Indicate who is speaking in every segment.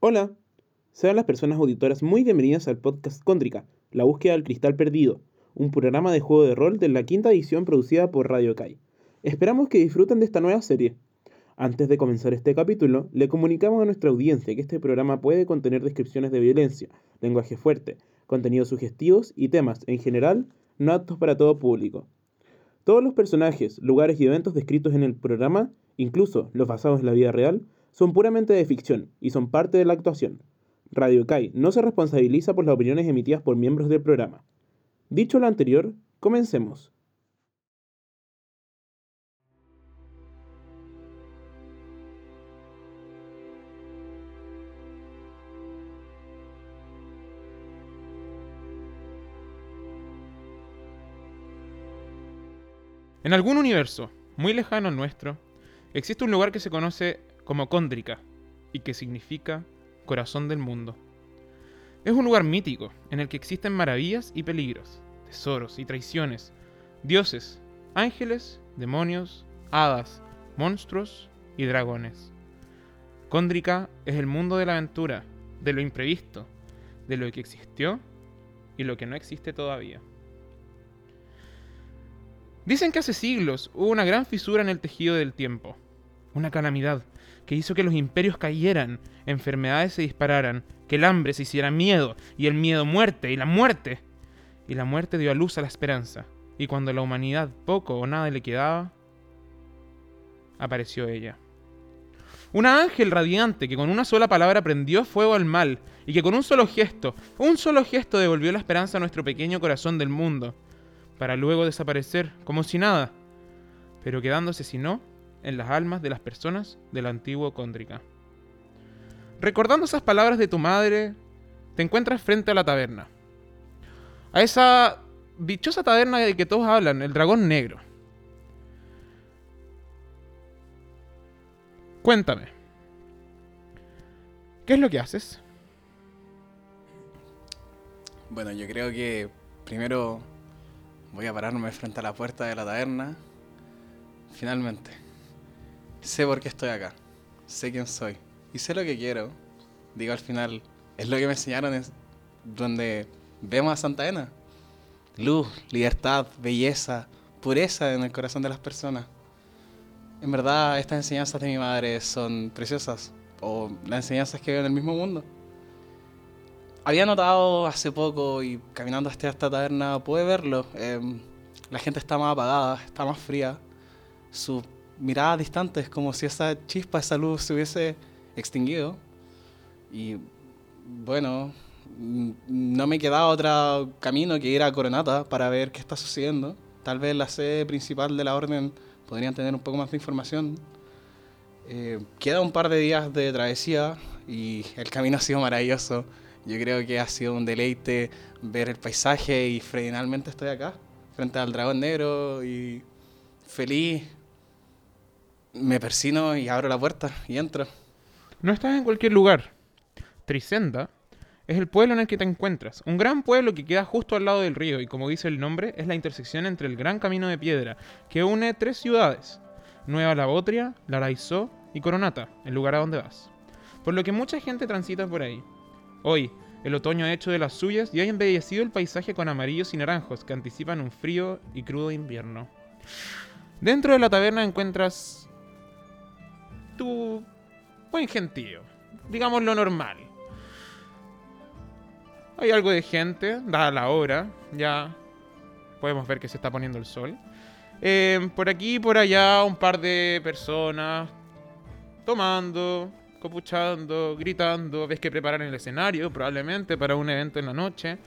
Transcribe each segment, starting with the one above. Speaker 1: Hola, sean las personas auditoras muy bienvenidas al podcast Cóndrica, La búsqueda del cristal perdido, un programa de juego de rol de la quinta edición producida por Radio Kai. Esperamos que disfruten de esta nueva serie. Antes de comenzar este capítulo, le comunicamos a nuestra audiencia que este programa puede contener descripciones de violencia, lenguaje fuerte, contenidos sugestivos y temas, en general, no aptos para todo público. Todos los personajes, lugares y eventos descritos en el programa, incluso los basados en la vida real, son puramente de ficción y son parte de la actuación. Radio Kai no se responsabiliza por las opiniones emitidas por miembros del programa. Dicho lo anterior, comencemos.
Speaker 2: En algún universo, muy lejano al nuestro, existe un lugar que se conoce como Cóndrica y que significa corazón del mundo. Es un lugar mítico en el que existen maravillas y peligros, tesoros y traiciones, dioses, ángeles, demonios, hadas, monstruos y dragones. Cóndrica es el mundo de la aventura, de lo imprevisto, de lo que existió y lo que no existe todavía. Dicen que hace siglos hubo una gran fisura en el tejido del tiempo, una calamidad que hizo que los imperios cayeran, enfermedades se dispararan, que el hambre se hiciera miedo, y el miedo muerte, y la muerte. Y la muerte dio a luz a la esperanza, y cuando a la humanidad poco o nada le quedaba, apareció ella. Una ángel radiante que con una sola palabra prendió fuego al mal, y que con un solo gesto, un solo gesto devolvió la esperanza a nuestro pequeño corazón del mundo para luego desaparecer como si nada, pero quedándose si no en las almas de las personas del antiguo Cóndrica. Recordando esas palabras de tu madre, te encuentras frente a la taberna. A esa dichosa taberna de que todos hablan, el dragón negro. Cuéntame. ¿Qué es lo que haces?
Speaker 3: Bueno, yo creo que primero voy a pararme frente a la puerta de la taberna. Finalmente, sé por qué estoy acá, sé quién soy y sé lo que quiero. Digo al final, es lo que me enseñaron es donde vemos a Santa Ana. Luz, libertad, belleza, pureza en el corazón de las personas. En verdad, estas enseñanzas de mi madre son preciosas, o las enseñanzas que veo en el mismo mundo. Había notado hace poco y caminando hasta esta taberna pude verlo. em, la gente está más apagada, está más fría. Sus miradas distantes, como si esa chispa, esa luz se hubiese extinguido. Y bueno, mm, no me quedaba otro camino que ir a Coronata para ver qué está sucediendo. Tal vez la sede principal de la orden podrían tener un poco más de información. Eh, queda un par de días de travesía y el camino ha sido maravilloso. Yo creo que ha sido un deleite ver el paisaje y finalmente estoy acá, frente al dragón negro y feliz. Me persino y abro la puerta y entro.
Speaker 2: No estás en cualquier lugar. Trisenda es el pueblo en el que te encuentras, un gran pueblo que queda justo al lado del río y como dice el nombre, es la intersección entre el gran camino de piedra que une tres ciudades, Nueva Labotria, Laraizó y Coronata, el lugar a donde vas. Por lo que mucha gente transita por ahí. Hoy, el otoño ha hecho de las suyas y ha embellecido el paisaje con amarillos y naranjos que anticipan un frío y crudo invierno. Dentro de la taberna encuentras tu buen gentío, digamos lo normal. Hay algo de gente, dada la hora, ya podemos ver que se está poniendo el sol. Eh, por aquí y por allá un par de personas tomando, copuchando, gritando, ves que preparan el escenario probablemente para un evento en la noche.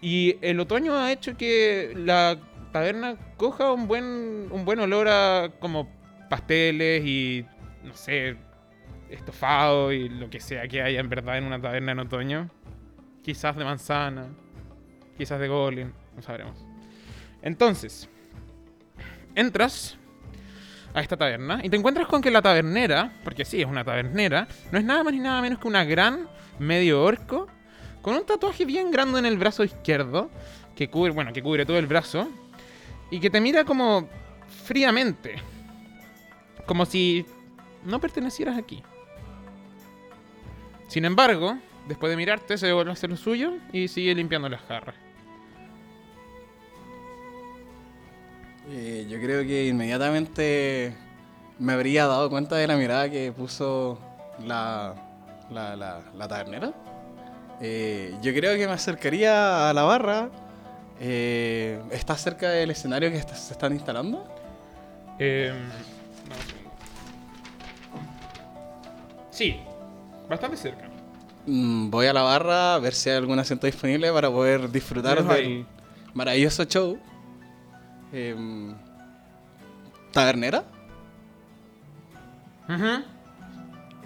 Speaker 2: Y el otoño ha hecho que la taberna coja un buen, un buen olor a como pasteles y, no sé, estofado y lo que sea que haya en verdad en una taberna en otoño. Quizás de manzana, quizás de golem, no sabremos. Entonces, entras a esta taberna y te encuentras con que la tabernera, porque sí, es una tabernera, no es nada más ni nada menos que una gran medio orco con un tatuaje bien grande en el brazo izquierdo que cubre, bueno, que cubre todo el brazo y que te mira como fríamente, como si no pertenecieras aquí. Sin embargo, después de mirarte, se vuelve a hacer lo suyo y sigue limpiando las jarras.
Speaker 3: Eh, yo creo que inmediatamente me habría dado cuenta de la mirada que puso la, la, la, la tabernera. Eh, yo creo que me acercaría a la barra. Eh, ¿Está cerca del escenario que est- se están instalando?
Speaker 2: Em, no, sí. sí, bastante cerca.
Speaker 3: Mm, voy a la barra a ver si hay algún asiento disponible para poder disfrutar
Speaker 2: Tienes ahí.
Speaker 3: del maravilloso show. Em, ¿Tabernera?
Speaker 2: Ujú.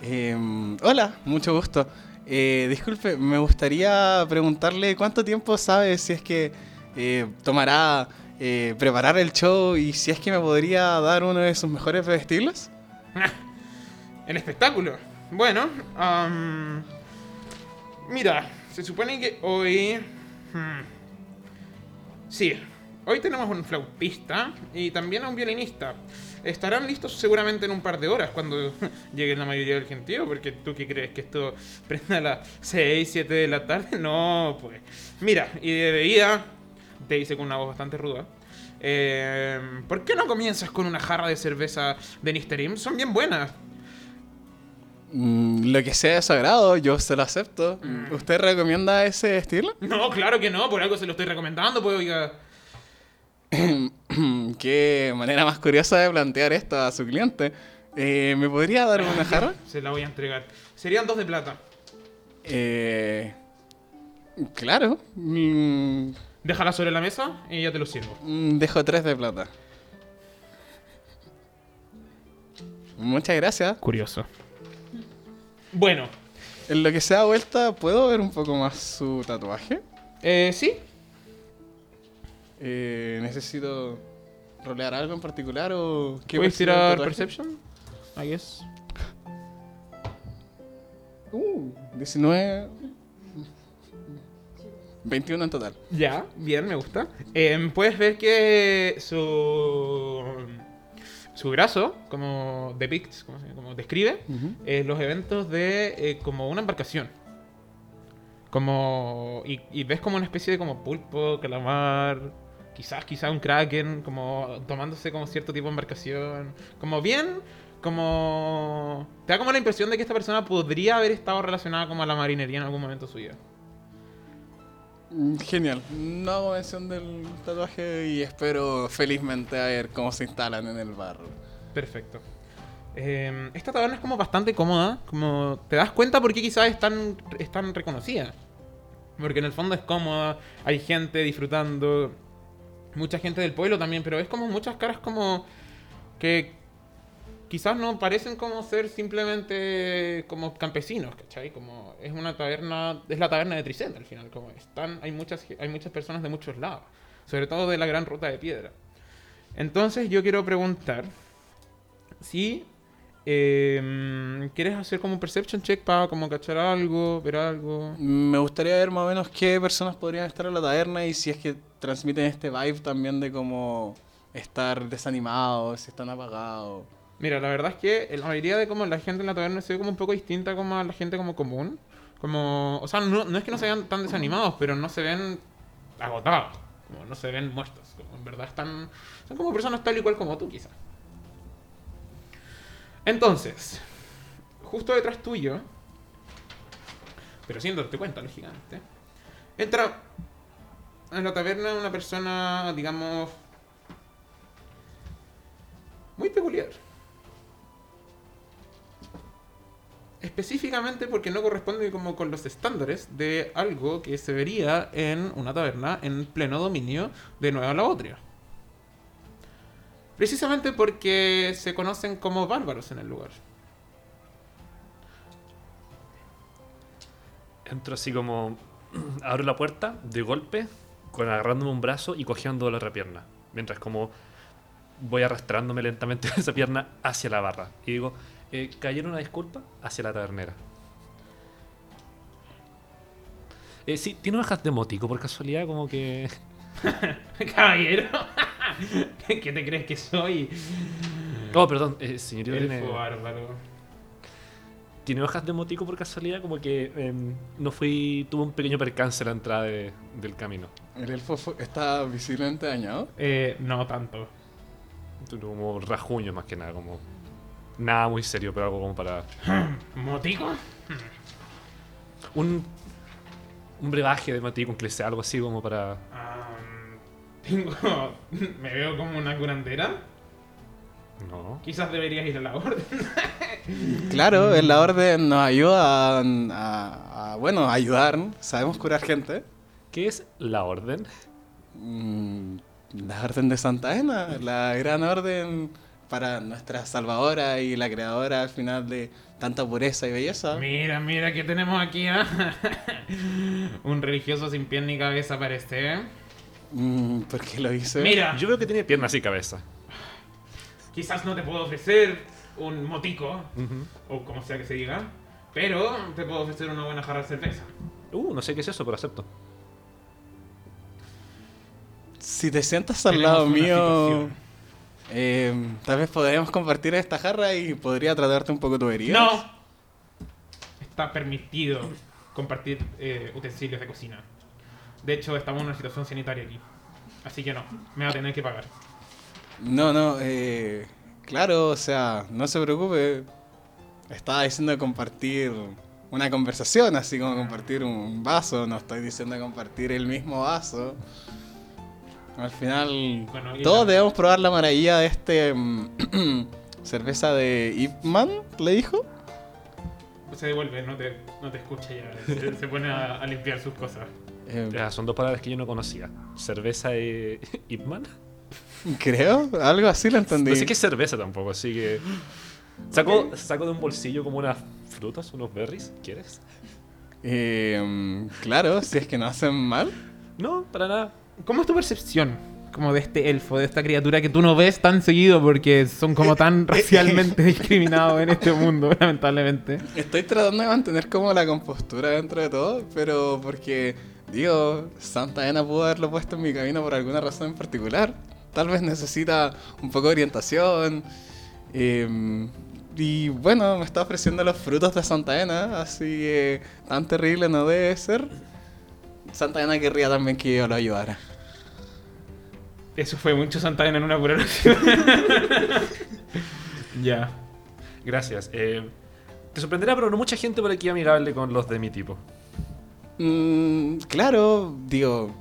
Speaker 3: Em, hola, mucho gusto. Eh, disculpe, me gustaría preguntarle cuánto tiempo sabe si es que eh, tomará eh, preparar el show y si es que me podría dar uno de sus mejores vestibles.
Speaker 2: El espectáculo. Bueno, am, mira, se supone que hoy. hmm, sí, hoy tenemos un flautista y también a un violinista. Estarán listos seguramente en un par de horas cuando llegue la mayoría del gentío, porque tú qué crees que esto prenda a las 6, 7 de la tarde. No, pues. Mira, y de bebida, te dice con una voz bastante ruda. eh, ¿Por qué no comienzas con una jarra de cerveza de Nisterim? Son bien buenas.
Speaker 3: Mm, lo que sea de su agrado, yo se lo acepto.
Speaker 2: Mm.
Speaker 3: ¿Usted recomienda ese estilo?
Speaker 2: No, claro que no, por algo se lo estoy recomendando, pues oiga.
Speaker 3: Mm, Qué manera más curiosa de plantear esto a su cliente. Eh, ¿Me podría dar una jarra?
Speaker 2: Se la voy a entregar. Serían dos de plata.
Speaker 3: Eh, claro. Mm,
Speaker 2: Déjala sobre la mesa y ya te lo sirvo.
Speaker 3: Mm, Dejo tres de plata. Muchas gracias.
Speaker 2: Curioso. Bueno,
Speaker 3: En lo que se da vuelta, ¿puedo ver un poco más su tatuaje?
Speaker 2: eh, sí.
Speaker 3: Eh, ¿Necesito rolear algo en particular o qué
Speaker 2: ¿Puedes
Speaker 3: puede ser el
Speaker 2: tirar
Speaker 3: tatuaje?
Speaker 2: Perception? I guess.
Speaker 3: Uh, 19. 21 en total.
Speaker 2: Ya, bien, me gusta. Em, puedes ver que su. Su brazo, como depicts, como, se- como describe, eh, los eventos de eh, como una embarcación. Como. Y, y ves como una especie de como pulpo, calamar. Quizás, quizás un kraken, como tomándose como cierto tipo de embarcación. Como bien, como. Te da como la impresión de que esta persona podría haber estado relacionada como a la marinería en algún momento de su vida.
Speaker 3: Mm, Genial. No hago mención del tatuaje y espero felizmente a ver cómo se instalan en el barro.
Speaker 2: Perfecto. Eh, esta taberna es como bastante cómoda. Como te das cuenta por qué quizás es tan, es tan reconocida. Porque en el fondo es cómoda, hay gente disfrutando, mucha gente del pueblo también, pero es como muchas caras como que quizás no parecen como ser simplemente como campesinos, ¿cachai? Como es una taberna, es la taberna de Tricent al final, como están, hay muchas, hay muchas personas de muchos lados, sobre todo de la gran ruta de piedra. Entonces yo quiero preguntar si em, quieres hacer como un perception check para como cachar algo, ver algo.
Speaker 3: Me gustaría ver más o menos qué personas podrían estar en la taberna y si es que transmiten este vibe también de como estar desanimados, si están apagados.
Speaker 2: Mira, la verdad es que eh, la mayoría de como la gente en la taberna se ve como un poco distinta como a la gente como común. Como, o sea, no, no es que no se vean tan desanimados, pero no se ven agotados. Como no se ven muertos. Como en verdad están, son como personas tal y cual como tú, quizás. Entonces, justo detrás tuyo, pero sin darte cuenta, lógicamente, entra en la taberna una persona, digamos, muy peculiar. Específicamente porque no corresponde como con los estándares de algo que se vería en una taberna en pleno dominio de Nueva Laotria. Precisamente porque se conocen como bárbaros en el lugar.
Speaker 4: Entro así como. Abro la puerta de golpe, con agarrándome un brazo y cojeando la otra pierna. Mientras como voy arrastrándome lentamente esa pierna hacia la barra. Y digo, eh, cayeron una disculpa hacia la tabernera. Eh, sí, tiene orejas de motico, por casualidad, como que.
Speaker 2: Caballero, ¿qué te crees que soy?
Speaker 4: Oh, perdón, eh, señorita tiene.
Speaker 2: bárbaro.
Speaker 4: ¿Tiene hojas de motico por casualidad? Como que em, no fui. Tuve un pequeño percance a la entrada de- del camino.
Speaker 3: El elfo fu- está visiblemente dañado.
Speaker 2: Eh, no tanto.
Speaker 4: Tuve como rajuños más que nada, como. Nada muy serio, pero algo como para.
Speaker 2: ¿Motico?
Speaker 4: Un. Un brebaje de motico, un cliché, algo así como para.
Speaker 2: Am, tengo. Me veo como una curandera.
Speaker 4: No.
Speaker 2: Quizás deberías ir a la orden.
Speaker 3: Claro, en la orden nos ayuda a, a- a, bueno, a ayudar. Sabemos curar gente.
Speaker 4: ¿Qué es la orden?
Speaker 3: Mm, La orden de Santa Ana, la gran orden para nuestra salvadora y la creadora al final de tanta pureza y belleza.
Speaker 2: Mira, mira que tenemos aquí, ¿ah? Un religioso sin piel ni cabeza parece, ¿eh?
Speaker 3: Mm, ¿Por qué lo hice?
Speaker 2: Mira,
Speaker 4: Yo veo que tiene piernas y cabeza.
Speaker 2: quizás no te puedo ofrecer un motico, o como sea que se diga, pero te puedo ofrecer una buena jarra de cerveza.
Speaker 4: Uh, no sé qué es eso, pero acepto.
Speaker 3: Si te sientas al
Speaker 2: Tenemos
Speaker 3: lado
Speaker 2: una
Speaker 3: mío,
Speaker 2: situación.
Speaker 3: eh, tal vez podríamos compartir esta jarra y podría tratarte un poco tu herida.
Speaker 2: ¡No! Está permitido compartir eh, utensilios de cocina. De hecho, estamos en una situación sanitaria aquí. Así que no, me va a tener que pagar.
Speaker 3: No, no, eh, claro, o sea, no se preocupe. Estaba diciendo compartir una conversación, así como compartir un vaso. No estoy diciendo compartir el mismo vaso. Al final,
Speaker 2: Bueno, y
Speaker 3: todos
Speaker 2: la-
Speaker 3: debemos probar la maravilla de este mm, cerveza de Ipman, le dijo.
Speaker 2: Se devuelve, no te, no te escucha ya. Se, se pone a- a limpiar sus cosas.
Speaker 3: Eh,
Speaker 4: Ah, son dos palabras que yo no conocía. Cerveza de Ipman.
Speaker 3: creo, algo así lo entendí.
Speaker 4: No sé qué es cerveza tampoco, así que. Saco, saco de un bolsillo como unas frutas, unos berries. ¿Quieres?
Speaker 3: Eh, mm, claro, si es que no hacen mal.
Speaker 4: No, para nada.
Speaker 2: ¿Cómo es tu percepción? Como de este elfo, de esta criatura que tú no ves tan seguido porque son como tan racialmente discriminados en este mundo, lamentablemente.
Speaker 3: Estoy tratando de mantener como la compostura dentro de todo, pero porque, digo, Santa Ana pudo haberlo puesto en mi camino por alguna razón en particular. Tal vez necesita un poco de orientación. eh, y bueno, me está ofreciendo los frutos de Santa Ana, así que tan terrible no debe ser. Santa Ana querría también que yo lo ayudara.
Speaker 2: Eso fue mucho Santana en una pura oración. ya.
Speaker 4: Gracias. Eh, te sorprenderá, pero no mucha gente por aquí amigable con los de mi tipo.
Speaker 3: Mm, claro, digo.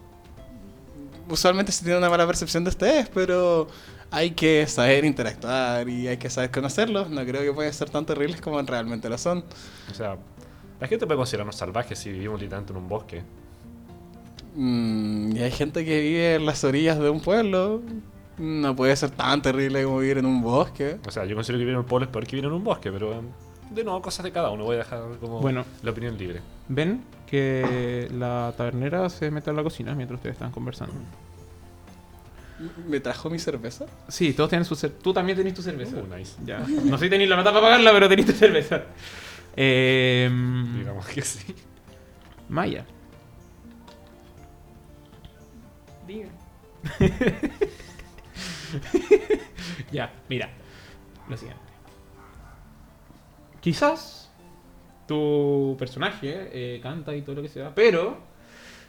Speaker 3: Usualmente se tiene una mala percepción de ustedes, pero hay que saber interactuar y hay que saber conocerlos. No creo que puedan ser tan terribles como realmente lo son.
Speaker 4: O sea, la gente puede considerarnos salvajes si vivimos literalmente en un bosque.
Speaker 3: Mm, y hay gente que vive en las orillas de un pueblo. No puede ser tan terrible como vivir en un bosque.
Speaker 4: O sea, yo considero que vivir en un pueblo es peor que vivir en un bosque, pero em, de nuevo, cosas de cada uno. Voy a dejar como
Speaker 2: Bueno.
Speaker 4: la opinión libre.
Speaker 2: Ven que la tabernera se mete a la cocina mientras ustedes están conversando.
Speaker 3: ¿Me trajo mi cerveza?
Speaker 2: Sí, todos tienen su cerveza. Tú también tenés tu cerveza.
Speaker 4: Uh, nice.
Speaker 2: Ya. No sé si tenéis la plata para pagarla, pero tenéis tu cerveza. Eh,
Speaker 4: Digamos que sí.
Speaker 2: Maya.
Speaker 5: Diga.
Speaker 2: Ya, mira. Lo siguiente. Quizás tu personaje eh, canta y todo lo que sea, pero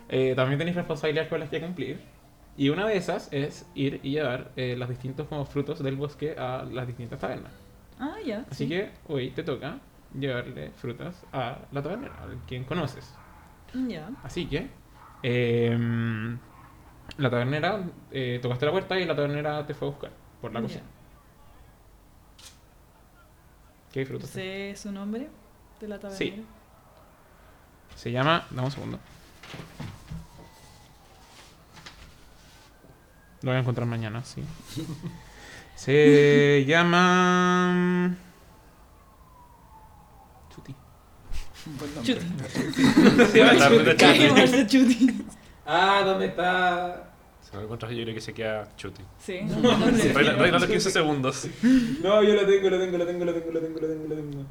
Speaker 2: eh, también tenéis responsabilidades con las que cumplir. Y una de esas es ir y llevar eh, los distintos como frutos del bosque a las distintas tabernas.
Speaker 5: Ah, ya.
Speaker 2: Así
Speaker 5: sí.
Speaker 2: que hoy te toca llevarle frutas a la tabernera, a quien conoces.
Speaker 5: Mm, Ya.
Speaker 2: Así que em, la tabernera, eh, tocaste la puerta y la tabernera te fue a buscar por la
Speaker 5: Ya.
Speaker 2: cocina. ¿Qué frutas?
Speaker 5: ¿Sé su nombre de la taberna?
Speaker 2: Sí. Se llama. Dame un segundo. Lo voy a encontrar mañana, sí. Se llama. Chuti.
Speaker 3: Buen nombre.
Speaker 5: Chuti.
Speaker 2: Se llama Chuti.
Speaker 5: Cae mal de Chuti.
Speaker 2: Ah, ¿dónde está?
Speaker 4: Si no lo encuentras, yo creo que se queda chuti.
Speaker 5: Sí. no, no sé.
Speaker 4: Regla, regla los 15 segundos.
Speaker 2: No, yo lo tengo, lo tengo, lo tengo, lo tengo, lo tengo, lo tengo, lo tengo.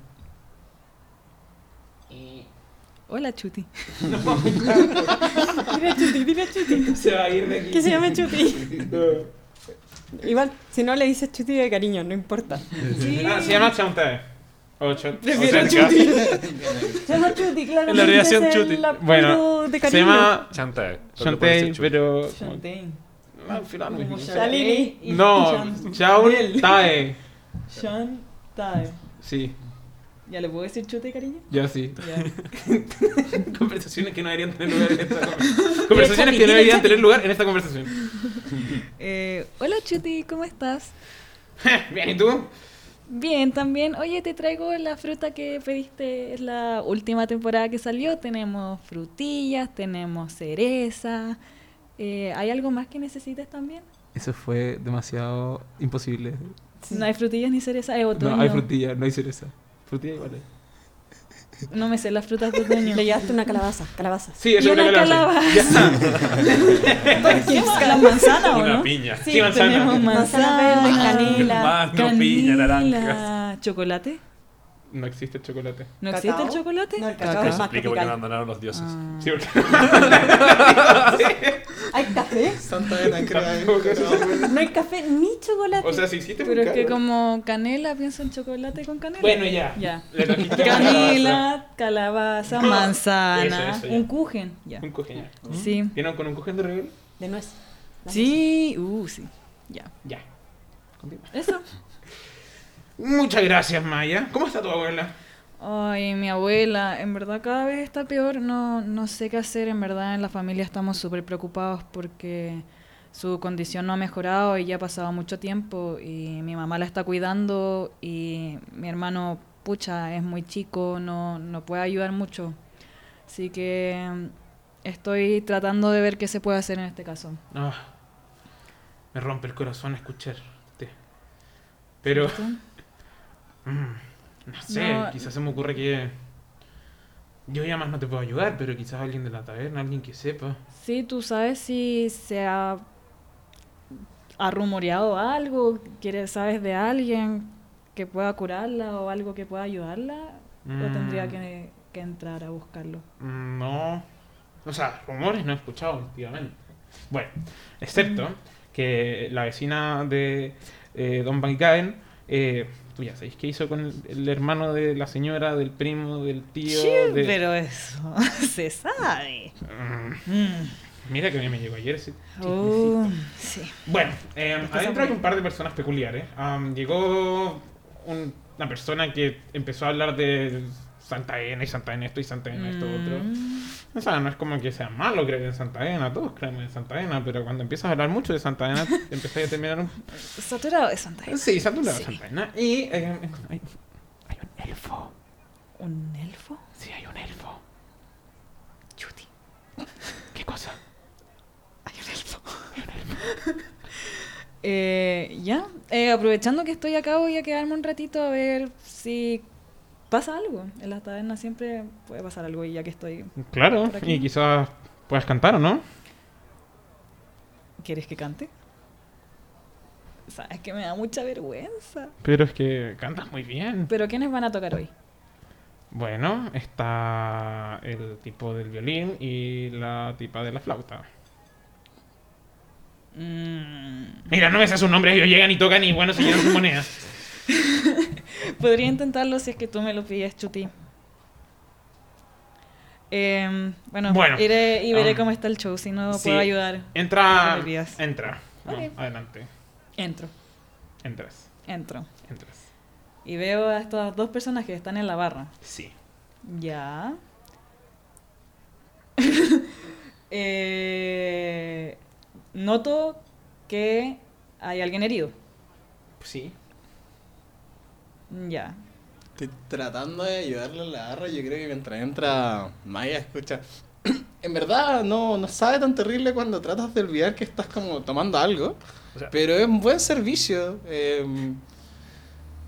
Speaker 5: Hola, Chuti. Dile a Chuti, dile a Chuti.
Speaker 2: Se va a ir de aquí.
Speaker 5: Que se llame Chuti. Igual, si no le dices Chuti de cariño, no importa.
Speaker 2: Ah, se llama Chantae. Ocho.
Speaker 6: Prefiero
Speaker 2: o sea,
Speaker 6: Chuti.
Speaker 7: Bien,
Speaker 6: Llama Chuti, claro.
Speaker 4: En la relación Chuti.
Speaker 2: Bueno, Se
Speaker 6: de cariño.
Speaker 2: llama
Speaker 4: Chantae.
Speaker 2: Shantae, pero.
Speaker 7: Chantain.
Speaker 2: No, al final no es
Speaker 7: Como
Speaker 2: bien.
Speaker 7: Shalini y
Speaker 2: No, Shaun Tae.
Speaker 7: Chantae.
Speaker 2: Sí,
Speaker 7: ¿Ya le puedo decir chute, cariño?
Speaker 2: ya sí.
Speaker 7: Ya.
Speaker 2: Conversaciones que no deberían tener lugar en esta conversación. Conversaciones que no deberían tener lugar en esta conversación.
Speaker 6: Eh, hola Chuti, ¿cómo estás?
Speaker 2: Bien, ¿y tú?
Speaker 6: Bien, también. Oye, te traigo la fruta que pediste en la última temporada que salió. Tenemos frutillas, tenemos cereza. Eh, ¿Hay algo más que necesites también?
Speaker 8: Eso fue demasiado imposible.
Speaker 6: No hay frutillas ni cereza, es otoño.
Speaker 8: No, hay frutilla, no hay cereza.
Speaker 9: Frutilla igual. hay.
Speaker 6: No me sé las frutas de otoño.
Speaker 10: Le llevaste una calabaza, calabaza.
Speaker 2: Sí, eso
Speaker 6: Y
Speaker 2: es lo
Speaker 6: una
Speaker 2: que hablamos.
Speaker 6: calabaza.
Speaker 2: Ya está.
Speaker 7: ¿Qué la manzana o
Speaker 4: Una
Speaker 7: no?
Speaker 4: piña.
Speaker 7: Sí,
Speaker 2: Sí, manzana.
Speaker 7: tenemos
Speaker 6: Manzana
Speaker 7: manzana,
Speaker 6: verde,
Speaker 7: canela.
Speaker 4: Mango, piña, naranja.
Speaker 6: Canela. ¿Chocolate?
Speaker 2: No existe el chocolate.
Speaker 6: ¿No
Speaker 10: ¿Cacao?
Speaker 6: existe el chocolate?
Speaker 10: No, el cacao es más
Speaker 4: Explica Ah, por qué
Speaker 10: tropical.
Speaker 4: abandonaron los dioses.
Speaker 6: Ah.
Speaker 2: Sí, porque
Speaker 10: ¿Hay café?
Speaker 7: Santa Ana,
Speaker 2: tampoco es eso.
Speaker 10: No hay café ni chocolate.
Speaker 2: O sea, si hiciste
Speaker 6: Pero es que como canela, pienso en chocolate con canela.
Speaker 2: Bueno, ya.
Speaker 6: Ya.
Speaker 2: Le trajiste una calabaza.
Speaker 6: Canela, calabaza, manzana,
Speaker 2: Eso, eso, ya.
Speaker 6: un kuchen. Ya.
Speaker 2: Un cojín.
Speaker 6: Sí.
Speaker 2: ¿Vieron con un cojín de regalo?
Speaker 10: de nuez. La
Speaker 6: Sí, uh, sí. Ya.
Speaker 2: Ya.
Speaker 6: Eso.
Speaker 2: Muchas gracias, Maya. ¿Cómo está tu abuela?
Speaker 6: Ay, mi abuela, en verdad cada vez está peor, no, no sé qué hacer, en verdad en la familia estamos súper preocupados porque su condición no ha mejorado y ya ha pasado mucho tiempo y mi mamá la está cuidando y mi hermano, pucha, es muy chico, no, no puede ayudar mucho. Así que mm, estoy tratando de ver qué se puede hacer en este caso.
Speaker 2: Ah, me rompe el corazón escucharte. Pero,
Speaker 6: ¿Tú?
Speaker 2: mm, no sé,
Speaker 6: No.
Speaker 2: quizás se me ocurre que... Yo ya más no te puedo ayudar, pero quizás alguien de la taberna, alguien que sepa.
Speaker 6: Sí, tú sabes si se ha, ha rumoreado algo, quieres, sabes de alguien que pueda curarla o algo que pueda ayudarla, o tendría
Speaker 2: Mm.
Speaker 6: que, que entrar a buscarlo.
Speaker 2: Mm, No. O sea, rumores no he escuchado últimamente. Bueno, excepto que la vecina de eh, Don Van Gaen, eh, tú ya sabéis qué hizo con el, el hermano de la señora, del primo, del tío. de-
Speaker 6: eso se sabe.
Speaker 2: Mm, mira que a mí me llegó ayer. ese
Speaker 6: Oh, sí.
Speaker 2: Bueno, eh, adentro hay un par de personas peculiares. Am, llegó un- una persona que empezó a hablar de Santa Ena y Santa Ena esto y Santa Ena esto otro.
Speaker 6: Mm.
Speaker 2: O sea, no es como que sea malo creer en Santa Ena, todos creemos en Santa Ena, pero cuando empiezas a hablar mucho de Santa Ena, empiezas a terminar un...
Speaker 6: Saturado de Santa Ana.
Speaker 2: Sí, saturado de
Speaker 6: Sí.
Speaker 2: Santa Ena. Y eh, hay, hay un elfo.
Speaker 6: ¿Un elfo?
Speaker 2: Sí, hay un elfo. Chuti. ¿Qué cosa?
Speaker 6: Eh, ya, eh, aprovechando que estoy acá voy a quedarme un ratito a ver si pasa algo. En las tabernas siempre puede pasar algo y ya que estoy
Speaker 2: Claro,
Speaker 6: Por aquí.
Speaker 2: y quizás puedas cantar, ¿o no?
Speaker 6: ¿Quieres que cante? Sabes que me da mucha vergüenza.
Speaker 2: Pero es que cantas muy bien.
Speaker 6: Pero ¿quiénes van a tocar hoy?
Speaker 2: Bueno, está el tipo del violín y la tipa de la flauta.
Speaker 6: Mm,
Speaker 2: Mira, no me sé su nombre, ellos llegan y tocan y bueno, se llevan sus monedas.
Speaker 6: Podría intentarlo si es que tú me lo pides, Chuti. Em, bueno,
Speaker 2: Bueno,
Speaker 6: iré y veré
Speaker 2: um,
Speaker 6: cómo está el show, si no
Speaker 2: sí.
Speaker 6: puedo ayudar.
Speaker 2: Entra.
Speaker 6: Alegrías.
Speaker 2: Entra. No,
Speaker 6: Ok.
Speaker 2: Adelante.
Speaker 6: Entro,
Speaker 2: Entras.
Speaker 6: entro.
Speaker 2: Entras.
Speaker 6: Y veo a estas dos personas que están en la barra.
Speaker 2: Sí.
Speaker 6: Ya. Eh, noto que hay alguien herido.
Speaker 2: Sí.
Speaker 6: Ya.
Speaker 3: Estoy tratando de ayudarle a la barra. Yo creo que mientras entra Maya escucha. En verdad, no, no sabe tan terrible cuando tratas de olvidar que estás como tomando algo.
Speaker 4: O sea-
Speaker 3: pero es un buen servicio. eh,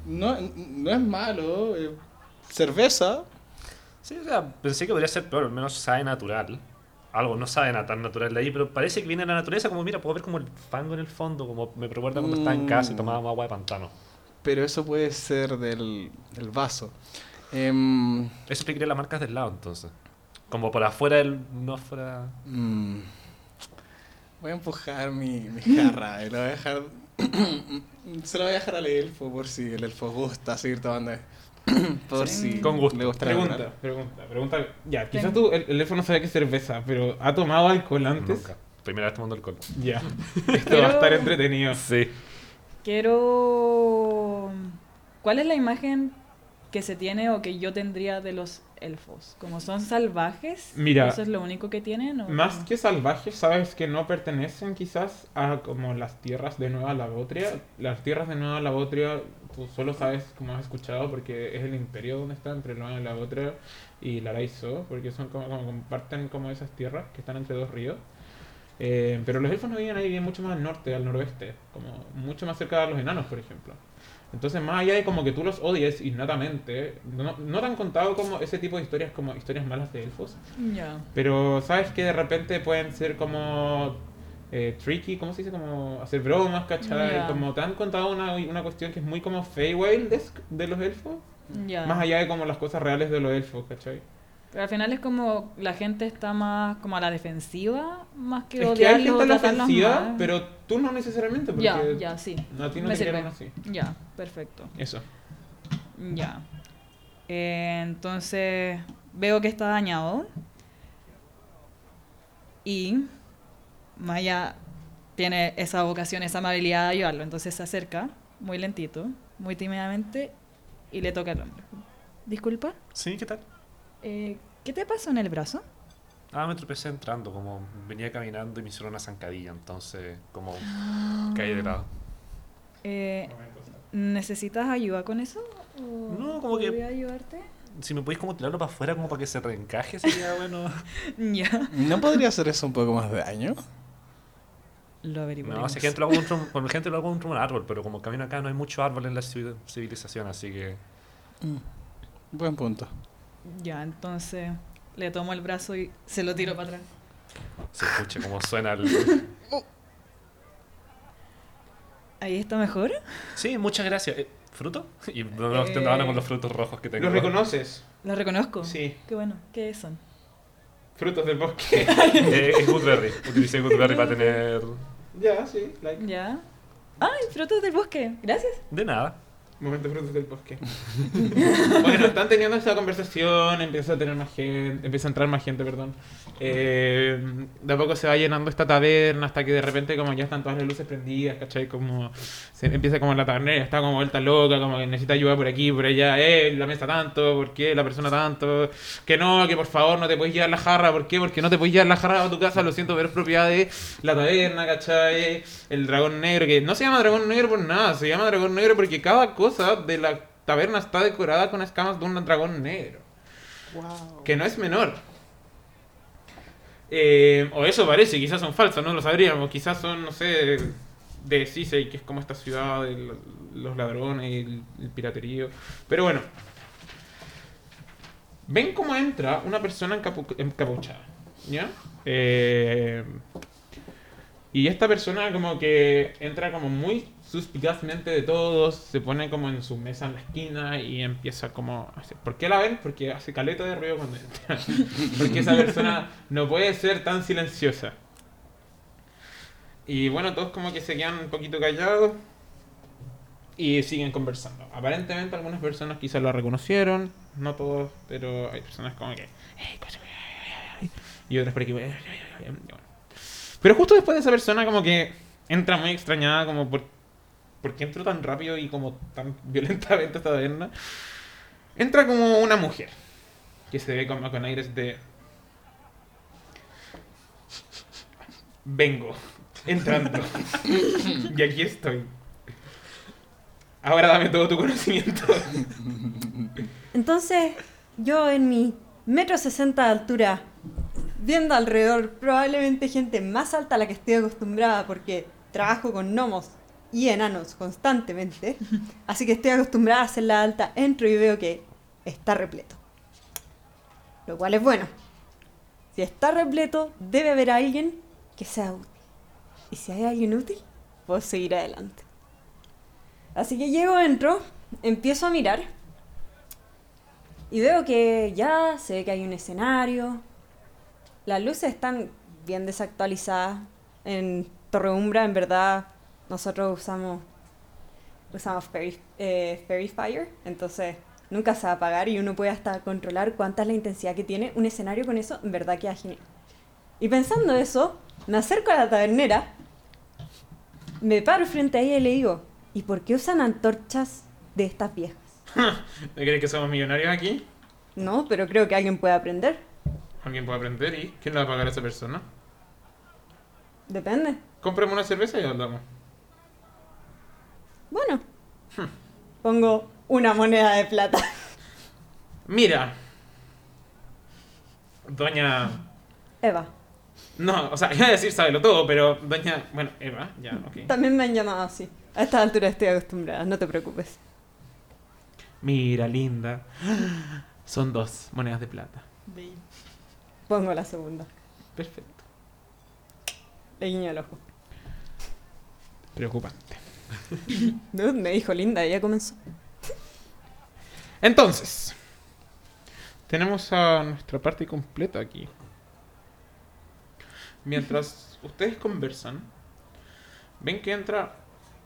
Speaker 3: no, no es malo. eh, cerveza.
Speaker 4: Sí, o sea, pensé que podría ser peor, al menos sabe natural. Algo no sabe na- tan natural de ahí, pero parece que viene de la naturaleza. Como mira, puedo ver como el fango en el fondo, como me recuerda cuando estaba en casa y
Speaker 3: Mm.
Speaker 4: tomábamos agua de pantano.
Speaker 3: Pero eso puede ser del, del vaso. Em,
Speaker 4: Eso explicaría las marcas del lado entonces. Como por afuera del. No fuera.
Speaker 3: mm, voy a empujar mi, mi jarra y lo voy a dejar. se lo voy a dejar al elfo por si el elfo gusta seguir tomando. Por
Speaker 6: Sí.
Speaker 3: si
Speaker 4: Con gusto.
Speaker 3: le gusta la
Speaker 2: Pregunta,
Speaker 3: verdad.
Speaker 2: pregunta, pregunta. Ya, quizás
Speaker 6: Tengo.
Speaker 2: tú, el, el elfo no sabe qué es cerveza, pero ¿ha tomado alcohol antes?
Speaker 4: Nunca. Primera vez tomando alcohol.
Speaker 2: Ya. Esto va a estar entretenido.
Speaker 4: Sí.
Speaker 6: Quiero... ¿Cuál es la imagen que se tiene o que yo tendría de los elfos? ¿Como son salvajes?
Speaker 2: Mira,
Speaker 6: ¿Eso es lo único que tienen? o-
Speaker 2: Más que salvajes, sabes que no pertenecen quizás a como las tierras de Nueva Labotria. Las tierras de Nueva Labotria, tú solo sabes como has escuchado porque es el imperio donde está entre Nueva Labotria y Laraizo, porque son como, como comparten como esas tierras que están entre dos ríos. Eh, pero los elfos no viven ahí, viven mucho más al norte, al noroeste, como mucho más cerca de los enanos, por ejemplo. Entonces, más allá de como que tú los odies innatamente, no, no te han contado como ese tipo de historias como historias malas de elfos,
Speaker 6: Ya.
Speaker 2: pero sabes que de repente pueden ser como eh, tricky, ¿cómo se dice? Como hacer bromas, ¿cachai?
Speaker 6: Ya.
Speaker 2: Como te han contado una, una cuestión que es muy como Feywild de los elfos.
Speaker 6: Ya.
Speaker 2: Más allá de como las cosas reales de los elfos, ¿cachai?
Speaker 6: Pero al final es como la gente está más como a la defensiva, más que
Speaker 2: es que hay
Speaker 6: odiarlos,
Speaker 2: gente en la
Speaker 6: tratarlos
Speaker 2: ofensiva,
Speaker 6: mal.
Speaker 2: pero tú no necesariamente, porque
Speaker 6: Ya, ya, sí.
Speaker 2: a ti no
Speaker 6: Me
Speaker 2: te quieren así.
Speaker 6: sirve. Ya, perfecto.
Speaker 2: Eso.
Speaker 6: Ya. Eh, entonces veo que está dañado. Y Maya tiene esa vocación, esa amabilidad de ayudarlo. Entonces se acerca muy lentito, muy tímidamente y le toca el hombro. Disculpa,
Speaker 4: Sí, ¿qué tal?
Speaker 6: eh, ¿qué te pasó en el brazo?
Speaker 4: Ah, me tropecé entrando, como venía caminando y me hicieron una zancadilla, entonces como caí de lado.
Speaker 6: Eh, ¿Necesitas ayuda con eso? ¿O
Speaker 4: No, como que-
Speaker 6: podría ayudarte?
Speaker 4: Si me podéis como tirarlo para afuera como para que se reencaje sería bueno.
Speaker 6: Ya.
Speaker 3: ¿No podría hacer eso un poco más de daño?
Speaker 6: Lo
Speaker 4: No,
Speaker 6: averiguaremos.
Speaker 4: si gente lo hago contra un, con gente lo hago contra un árbol, pero como camino acá no hay mucho árbol en la civi- civilización, así que
Speaker 3: Buen punto.
Speaker 6: Ya, entonces le tomo el brazo y se lo tiro para atrás.
Speaker 4: se escucha como suena el...
Speaker 6: Ahí está mejor.
Speaker 4: Sí, muchas gracias. Eh, ¿Fruto? Y no no, estoy dando con los frutos rojos que tengo.
Speaker 2: ¿Los reconoces?
Speaker 6: Lo reconozco.
Speaker 2: Sí.
Speaker 6: Qué bueno. ¿Qué son?
Speaker 2: Frutos del bosque.
Speaker 4: Eh, es Goodberry. Utilicé Goodberry para tener...
Speaker 2: ya, sí. Like.
Speaker 6: Ya. ¡Ay, frutos del bosque! Gracias.
Speaker 4: De nada.
Speaker 2: Momento frutos del bosque. bueno, están teniendo esa conversación, empieza a tener más gente, empieza a entrar más gente, perdón. Eh, de a poco se va llenando esta taberna hasta que de repente como ya están todas las luces prendidas, ¿cachai? Como se empieza como la tabernera, está como vuelta loca, como que necesita ayuda por aquí, por allá, eh, la mesa tanto, ¿por qué? La persona tanto, que no, que por favor no te puedes llevar la jarra, ¿por qué? Porque no te puedes llevar la jarra a tu casa, lo siento, pero es propiedad de la taberna, ¿cachai? El dragón negro, que no se llama dragón negro por nada, se llama dragón negro porque cada cosa de la taberna está decorada con escamas de un dragón negro. Que no es menor. Eh, o eso parece, quizás son falsas, no lo sabríamos. Quizás son, no sé, de Cisei, que es como esta ciudad de lo- los ladrones y el, el piraterío. Pero bueno. Ven cómo entra una persona encapu- encapuchada. ¿Ya? Eh, y esta persona como que entra como muy suspicazmente de todos, se pone como en su mesa en la esquina y empieza como a hacer... ¿Por qué la ven? Porque hace caleta de ruido cuando entra. Porque esa persona no puede ser tan silenciosa. Y bueno, todos como que se quedan un poquito callados y siguen conversando. Aparentemente algunas personas quizás la reconocieron, no todos, pero hay personas como que... "Ey, cosa- Y otras por aquí... bueno. Pero justo después de esa persona como que entra muy extrañada, como por, ¿por qué entró tan rápido y como tan violentamente a esta taberna? Entra como una mujer, que se ve como con aires de... Vengo, entrando. y aquí estoy. Ahora dame todo tu conocimiento.
Speaker 10: Entonces, yo en mi metro sesenta de altura, viendo alrededor, probablemente gente más alta a la que estoy acostumbrada porque trabajo con gnomos y enanos constantemente, así que estoy acostumbrada a hacer la alta, entro y veo que está repleto. Lo cual es bueno. Si está repleto, debe haber alguien que sea útil. Y si hay alguien útil, puedo seguir adelante. Así que llego, entro, empiezo a mirar. Y veo que ya se ve que hay un escenario. Las luces están bien desactualizadas. En Torre Umbra, en verdad, nosotros usamos usamos Fairy, eh, Fairy Fire. Entonces, nunca se va a apagar y uno puede hasta controlar cuánta es la intensidad que tiene un escenario con eso, en verdad queda genial. Y pensando eso, me acerco a la tabernera, me paro frente a ella y le digo, ¿y por qué usan antorchas de estas viejas?
Speaker 2: ¿No crees que somos millonarios aquí?
Speaker 10: No, pero creo que alguien puede aprender.
Speaker 2: Alguien puede aprender y ¿quién le va a pagar a esa persona?
Speaker 10: Depende.
Speaker 2: Compremos una cerveza y hablamos.
Speaker 10: Bueno.
Speaker 2: Hmm.
Speaker 10: Pongo una moneda de plata.
Speaker 2: Mira. Doña.
Speaker 10: Eva.
Speaker 2: No, o sea, iba a decir sábelo todo, pero doña. Bueno, Eva, ya, ok.
Speaker 10: También me han llamado así. A esta altura estoy acostumbrada, no te preocupes.
Speaker 1: Mira, linda. Son dos monedas de plata.
Speaker 6: Babe.
Speaker 10: Pongo la segunda.
Speaker 1: Perfecto.
Speaker 10: Le guiño el ojo.
Speaker 2: Preocupante.
Speaker 10: Dude, me dijo linda, y ya comenzó.
Speaker 2: Entonces. Tenemos a nuestra parte completa aquí. Mientras ustedes conversan, ven que entra.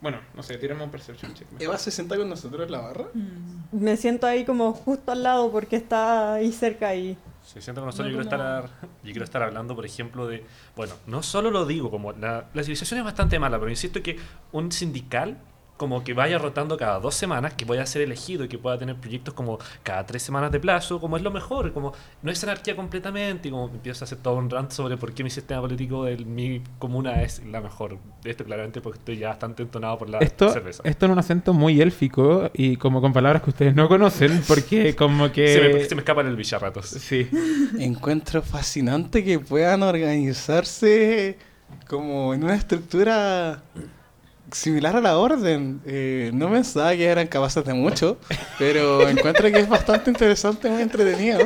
Speaker 2: Bueno, no sé, tiramos un perception check. mejor.
Speaker 3: ¿Eva se sienta con nosotros en la barra?
Speaker 6: Mm.
Speaker 10: Me siento ahí como justo al lado porque está ahí cerca y...
Speaker 4: Se sienta con nosotros,
Speaker 6: No,
Speaker 4: yo, quiero estar, yo quiero estar hablando, por ejemplo, de... Bueno, no solo lo digo, como la, la civilización es bastante mala, pero insisto que un sindical como que vaya rotando cada dos semanas, que pueda ser elegido y que pueda tener proyectos como cada tres semanas de plazo, como es lo mejor, como no es anarquía completamente, y como empiezo a hacer todo un rant sobre por qué mi sistema político de mi comuna es la mejor. Esto claramente porque estoy ya bastante entonado por la
Speaker 1: Esto,
Speaker 4: Ah, cerveza.
Speaker 1: esto en un acento muy élfico y como con palabras que ustedes no conocen, porque como que.
Speaker 4: se, me, se me escapan el villarratos.
Speaker 1: Sí.
Speaker 3: Encuentro fascinante que puedan organizarse como en una estructura similar a la orden. Eh, no pensaba que eran capaces de mucho, pero encuentro que es bastante interesante, muy entretenido.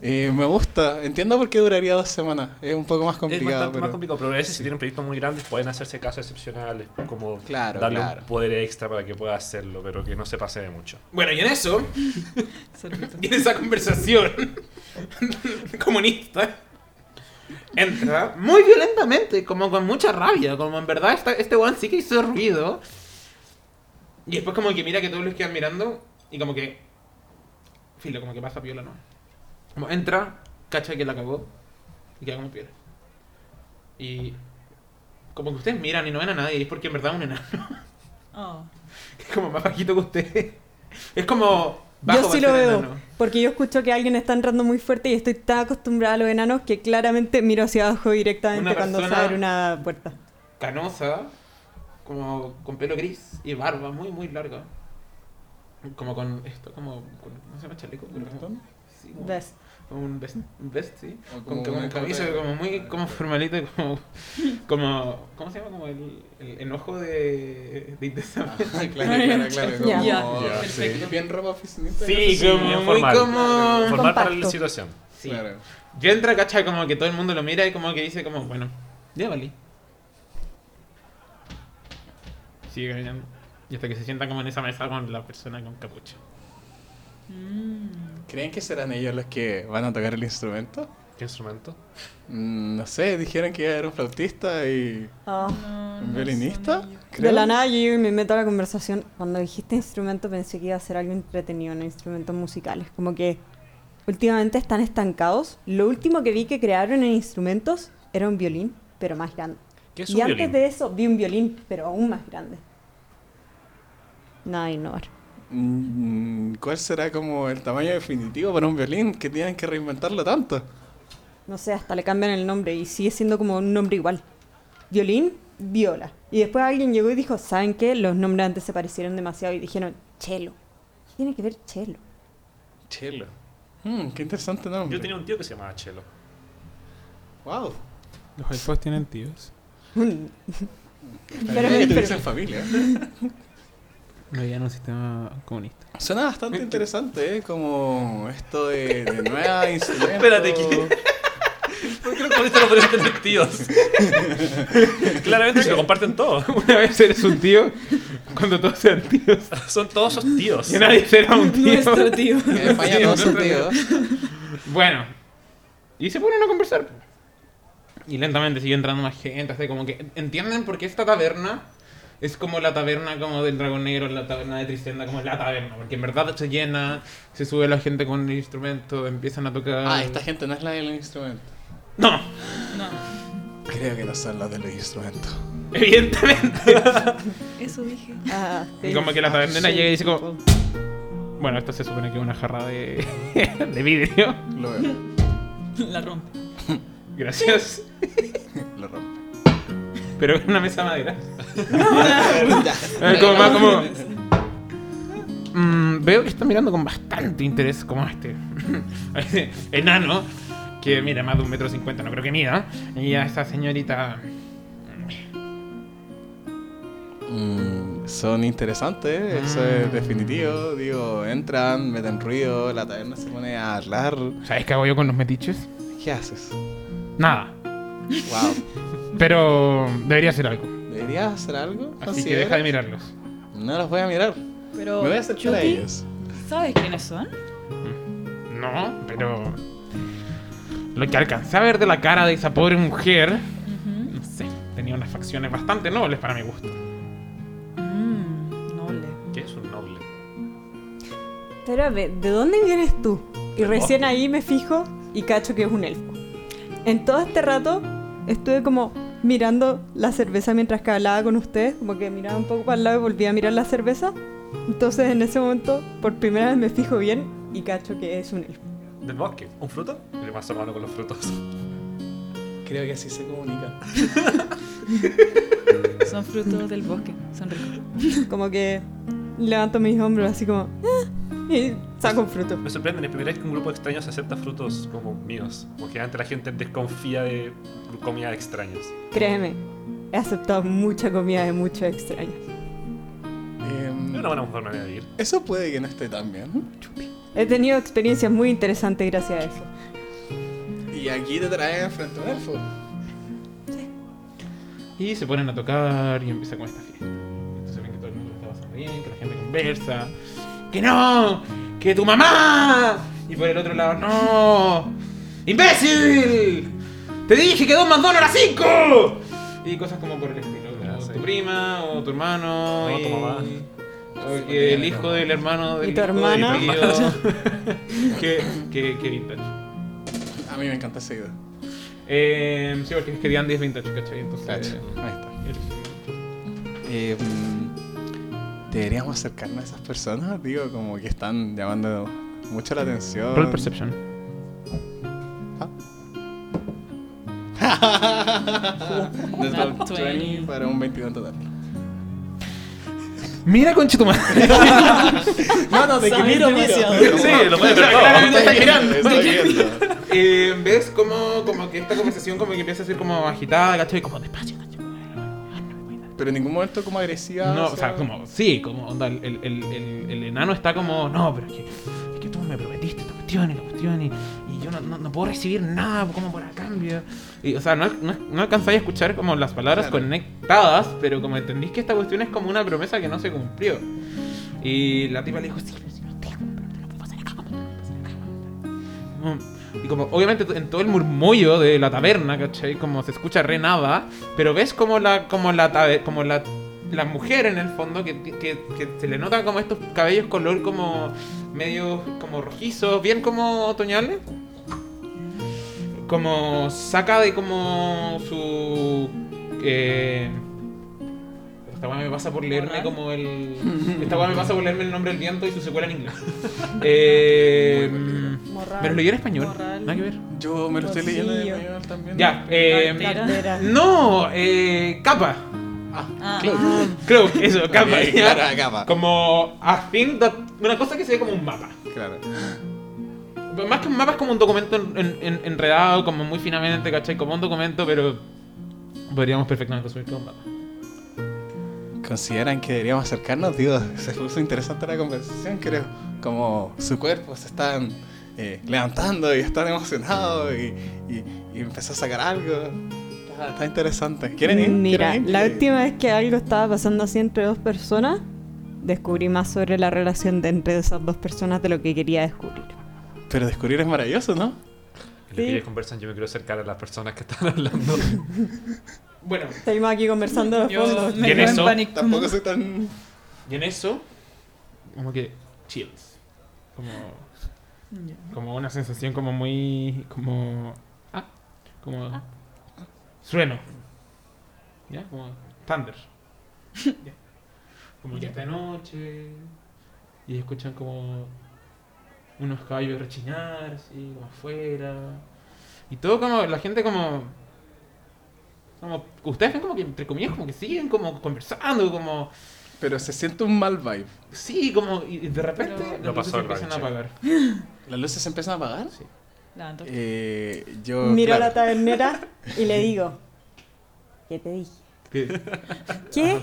Speaker 3: Eh, me gusta. Entiendo por qué duraría dos semanas. Es un poco más
Speaker 4: es
Speaker 3: complicado,
Speaker 4: bastante más
Speaker 3: pero...
Speaker 4: complicado, pero a veces si tienen proyectos muy grandes pueden hacerse casos excepcionales, como
Speaker 3: Claro,
Speaker 4: darle
Speaker 3: claro.
Speaker 4: un poder extra para que pueda hacerlo, pero que no se pase de mucho.
Speaker 2: Bueno, y en eso,
Speaker 6: Cerveza.
Speaker 2: y en esa conversación comunista, entra muy violentamente, como con mucha rabia, como en verdad esta- este one sí que hizo ruido. Y después como que mira que todos los quedan mirando y como que... Filo, como que pasa piola, ¿no? Como entra, cacha que la acabó y queda como piola. Y... Como que ustedes miran y no ven a nadie, y es porque en verdad es un enano
Speaker 6: Oh.
Speaker 2: es como más bajito que ustedes. Es como... bajo
Speaker 10: Yo sí
Speaker 2: para
Speaker 10: lo
Speaker 2: ser
Speaker 10: veo,
Speaker 2: enano.
Speaker 10: porque yo escucho que alguien está entrando muy fuerte y estoy tan acostumbrada a los enanos que claramente miro hacia abajo directamente
Speaker 2: Una
Speaker 10: cuando se
Speaker 2: persona-
Speaker 10: abre una puerta.
Speaker 2: canosa, como con pelo gris y barba muy, muy larga. Como con esto, como. Con, ¿Cómo se llama chaleco? Como- Sí, como,
Speaker 10: ¿Ves?
Speaker 2: como un vest, un vest, sí.
Speaker 10: Ah,
Speaker 3: O
Speaker 2: Como,
Speaker 3: como
Speaker 2: como
Speaker 3: una
Speaker 2: un camisa,
Speaker 3: corbata.
Speaker 2: como muy como formalito, y como. como ¿Cómo se llama? Como el, el enojo de. de
Speaker 3: Ah,
Speaker 2: indecente.
Speaker 3: claro, claro, claro. Como...
Speaker 10: Ya.
Speaker 4: Ya,
Speaker 3: sí.
Speaker 4: perfecto.
Speaker 3: Bien ropa oficinista.
Speaker 2: Sí,
Speaker 4: Sí,
Speaker 2: como
Speaker 4: bien
Speaker 2: muy
Speaker 4: formal.
Speaker 2: como.
Speaker 4: Formar para la
Speaker 10: Ah, compacto.
Speaker 4: situación.
Speaker 2: Sí.
Speaker 3: Claro.
Speaker 2: Yo entro, cacha, como que todo el mundo lo mira y como que dice como, bueno, ya valí. Sigue caminando. Y hasta que se sienta como en esa mesa con la persona con capucha.
Speaker 6: Mm.
Speaker 3: ¿Creen que serán ellos los que van a tocar el instrumento?
Speaker 4: ¿Qué instrumento?
Speaker 3: Mm, No sé, dijeron que era un flautista y
Speaker 10: Ah.
Speaker 6: No,
Speaker 3: un
Speaker 6: no
Speaker 3: violinista.
Speaker 6: son ellos.
Speaker 3: creo.
Speaker 10: De la nada yo llego y me meto a la conversación. Cuando dijiste instrumento pensé que iba a ser algo entretenido, no instrumentos musicales. Como que últimamente están estancados. Lo último que vi que crearon en instrumentos era un violín, pero más grande.
Speaker 4: ¿Qué es
Speaker 10: Y
Speaker 4: un
Speaker 10: antes
Speaker 4: violín?
Speaker 10: de eso vi un violín, pero aún más grande. Nada, de innovar.
Speaker 3: Mm, ¿Cuál será como el tamaño definitivo para un violín que tienen que reinventarlo tanto?
Speaker 10: No sé, hasta le cambian el nombre y sigue siendo como un nombre igual. Violín, viola. Y después alguien llegó y dijo, ¿saben qué? Los nombres antes se parecieron demasiado y dijeron, chelo. ¿Qué tiene que ver chelo?
Speaker 3: Chelo. Mm, qué interesante nombre.
Speaker 4: Yo tenía un tío que se llamaba Chelo.
Speaker 3: Wow.
Speaker 11: Los elfos tienen tíos.
Speaker 10: Pero-
Speaker 3: que
Speaker 10: pero-
Speaker 3: tuviste en familia.
Speaker 11: Vivían en un sistema comunista.
Speaker 3: Suena bastante interesante, ¿eh? Como esto de, de nueva instrumento.
Speaker 4: Espérate, ¿qué? ¿Por qué no con esto lo podrían tener tíos? Claramente se lo comparten todos.
Speaker 1: Una vez eres un tío, cuando todos sean tíos.
Speaker 4: Son todos sus tíos.
Speaker 1: Que nadie será un tío.
Speaker 6: Nuestro tío.
Speaker 3: Que en España todos son tíos.
Speaker 2: Bueno. Y se ponen a conversar. Y lentamente sigue entrando más gente, hasta como que entienden por qué esta taberna Es como la taberna como del Dragón Negro, la taberna de Tristenda, como la taberna, porque en verdad se llena, se sube la gente con el instrumento, empiezan a tocar...
Speaker 3: Ah, esta gente no es la del instrumento.
Speaker 2: ¡No!
Speaker 3: Creo que no son las del instrumento.
Speaker 2: Evidentemente.
Speaker 5: Eso dije.
Speaker 10: Ah,
Speaker 2: Y
Speaker 10: sí.
Speaker 2: como que la tabernera llega y dice como... Bueno, esta se supone que es una jarra de, de vidrio.
Speaker 3: Lo veo.
Speaker 6: La rompe.
Speaker 2: Gracias.
Speaker 3: Lo rompe.
Speaker 2: Pero es una mesa de madera. Eh, como más como... Mm, veo que está mirando con bastante interés como este enano que mira más de un metro cincuenta, no creo que mida. Y a esta señorita...
Speaker 3: Mm, son interesantes, eso
Speaker 2: Mm.
Speaker 3: es definitivo. Digo, entran, meten ruido, la taberna se pone a hablar.
Speaker 2: ¿Sabes qué hago yo con los metiches?
Speaker 3: ¿Qué haces?
Speaker 2: Nada.
Speaker 3: Wow.
Speaker 2: Pero debería hacer algo.
Speaker 3: ¿Deberías hacer algo?
Speaker 2: Así que
Speaker 3: Considera.
Speaker 2: deja de mirarlos.
Speaker 3: No los voy a mirar.
Speaker 5: Pero,
Speaker 3: Me voy a acercar a
Speaker 5: Chuti,
Speaker 3: ellos.
Speaker 5: ¿Sabes quiénes son?
Speaker 2: No, pero... Lo que alcancé a ver de la cara de esa pobre mujer... No sé, tenía unas facciones bastante nobles para mi gusto.
Speaker 6: Mm,
Speaker 5: Mmm, noble.
Speaker 4: ¿Qué es un noble?
Speaker 10: Espérame, ¿de dónde vienes tú? Y recién ahí me fijo y cacho que es un elfo. En todo este rato estuve como mirando la cerveza mientras que hablaba con ustedes, como que miraba un poco para el lado y volvía a mirar la cerveza. Entonces en ese momento por primera vez me fijo bien y cacho que es un elfo.
Speaker 4: ¿Del bosque? ¿Un fruto? Le paso mano con los frutos.
Speaker 3: Creo que así se comunican.
Speaker 5: Son frutos del bosque. Son ricos.
Speaker 10: Como que levanto mis hombros así como... "Ah", Y saco un fruto.
Speaker 4: Me sorprende, es la primera vez que un grupo de extraños acepta frutos como míos. Porque antes la gente desconfía de comida de extraños.
Speaker 10: Créeme, he aceptado mucha comida de muchos extraños.
Speaker 4: Es una buena forma de vivir.
Speaker 3: Em, Eso puede que no esté tan bien.
Speaker 10: He tenido experiencias muy interesantes gracias a eso.
Speaker 3: Y aquí te traen frente a un elfo.
Speaker 2: Y se ponen a tocar y empieza con esta fiesta. Entonces ven que todo el mundo la está pasando bien, que la gente conversa. ¡Que no! ¡Que tu mamá! Y por el otro lado, ¡no! ¡Imbécil! ¡Te dije que 2 más 2 no era 5! Y cosas como por el estilo.
Speaker 4: Ah,
Speaker 2: O
Speaker 4: sí.
Speaker 2: tu prima, o tu hermano.
Speaker 4: No,
Speaker 2: y...
Speaker 4: tu mamá.
Speaker 2: O que el hijo del hermano del
Speaker 10: Y tu
Speaker 2: hijo del
Speaker 10: hermana.
Speaker 2: apellido. que, que, que vintage.
Speaker 3: A mí me encanta esa idea.
Speaker 2: Eh, sí, porque es que Diandy es vintage, ¿cachai? Entonces.
Speaker 3: Cacho. Ahí está. Eh, mm, Deberíamos acercarnos a esas personas, digo, como que están llamando mucho la atención.
Speaker 2: Roll Perception.
Speaker 3: Desde el
Speaker 5: Nat
Speaker 3: 20 para un 22 en total.
Speaker 2: Mira, conchetumar.
Speaker 3: Mano, de que miro,
Speaker 4: Sí, lo puede ver.
Speaker 2: Claramente está mirando.
Speaker 3: Estoy viendo.
Speaker 2: Eh, ¿Ves cómo, como que esta conversación como que empieza a ser como agitada, ¿cachai? Como despacio, ¿cachai?
Speaker 3: Pero en ningún momento como agresiva.
Speaker 2: No, o sea, como, sí, como onda, el, el- el- el- el enano está como, no, pero es que, es que tú me prometiste esta cuestión y la cuestión y, y yo no, no- no puedo recibir nada como por a cambio. Y, o sea, no, no, no alcanzáis a escuchar como las palabras
Speaker 3: Claro.
Speaker 2: conectadas, pero como entendís que esta cuestión es como una promesa que no se cumplió. Y la tipa le dijo, sí, pero si no te hago, pero te lo puedo pasar acá, como te lo puedo pasar acá, como te lo- y como, obviamente, en todo el murmullo de la taberna, ¿cachai? Como se escucha re nada, pero ves como la, como la, tabe- como la, la mujer en el fondo, que, que, que se le nota como estos cabellos color como medio como rojizos, bien como otoñales. Como saca de como su... Eh, esta weá me pasa por leerme como el... Esta weá me pasa por leerme el nombre del viento y su secuela en inglés. Eh, me lo leí en español. Ah.
Speaker 6: Morral.
Speaker 2: Nada que ver.
Speaker 3: Yo me lo estoy leyendo de
Speaker 10: Rocío.
Speaker 3: mayor también.
Speaker 2: Ya, eh,
Speaker 6: Cartera.
Speaker 10: Era-
Speaker 2: no, eh, capa.
Speaker 6: Ah,
Speaker 2: Creo que eso, capa.
Speaker 3: También,
Speaker 2: ya.
Speaker 3: Claro, capa.
Speaker 2: Como a fin de- una cosa que se ve como un mapa.
Speaker 3: Claro.
Speaker 2: Más que un mapa es como un documento en- en- en- enredado, como muy finamente, ¿cachai? Como un documento, pero podríamos perfectamente subir como un mapa.
Speaker 3: ¿Consideran que deberíamos acercarnos? Digo, se puso interesante la conversación, creo. Como su cuerpo se están eh, levantando y están emocionados y, y, y empezó a sacar algo. Está, está interesante. ¿Quieren ir?
Speaker 10: Mira,
Speaker 3: ¿Quieren ir?
Speaker 10: la
Speaker 3: Eh,
Speaker 10: última vez que algo estaba pasando así entre dos personas, descubrí más sobre la relación de entre esas dos personas de lo que quería descubrir.
Speaker 3: Pero descubrir es maravilloso, ¿no?
Speaker 4: Y los que ellos conversan, yo me quiero acercar a las personas que están hablando.
Speaker 2: Bueno,
Speaker 10: Seguimos aquí conversando de
Speaker 6: Yo
Speaker 10: fondo.
Speaker 6: me
Speaker 2: ¿Quién
Speaker 6: quedo
Speaker 2: es
Speaker 6: en
Speaker 2: eso?
Speaker 6: pánico.
Speaker 3: Tampoco soy tan.
Speaker 2: y en eso, como que chills. Como,
Speaker 6: Ya.
Speaker 2: como una sensación como muy. como. Ah, como. Sueno. ¿Ya? Como thunder. ¿Ya? Como que esta noche. Y escuchan como. unos caballos rechinar, así, como afuera. Y todo como. la gente como. como. ustedes ven como que entre comillas como que siguen como conversando, como.
Speaker 3: Pero se siente un mal vibe.
Speaker 2: Sí, como. y de repente. las
Speaker 4: No
Speaker 2: luces
Speaker 4: pasó el
Speaker 2: empiezan a
Speaker 4: rancho.
Speaker 2: apagar.
Speaker 3: ¿Las luces se empiezan a apagar?
Speaker 2: Sí.
Speaker 6: La antorcha.
Speaker 3: Eh, yo.
Speaker 10: Miro a
Speaker 3: claro,
Speaker 10: la tabernera y le digo, ¿qué te dije? ¿Qué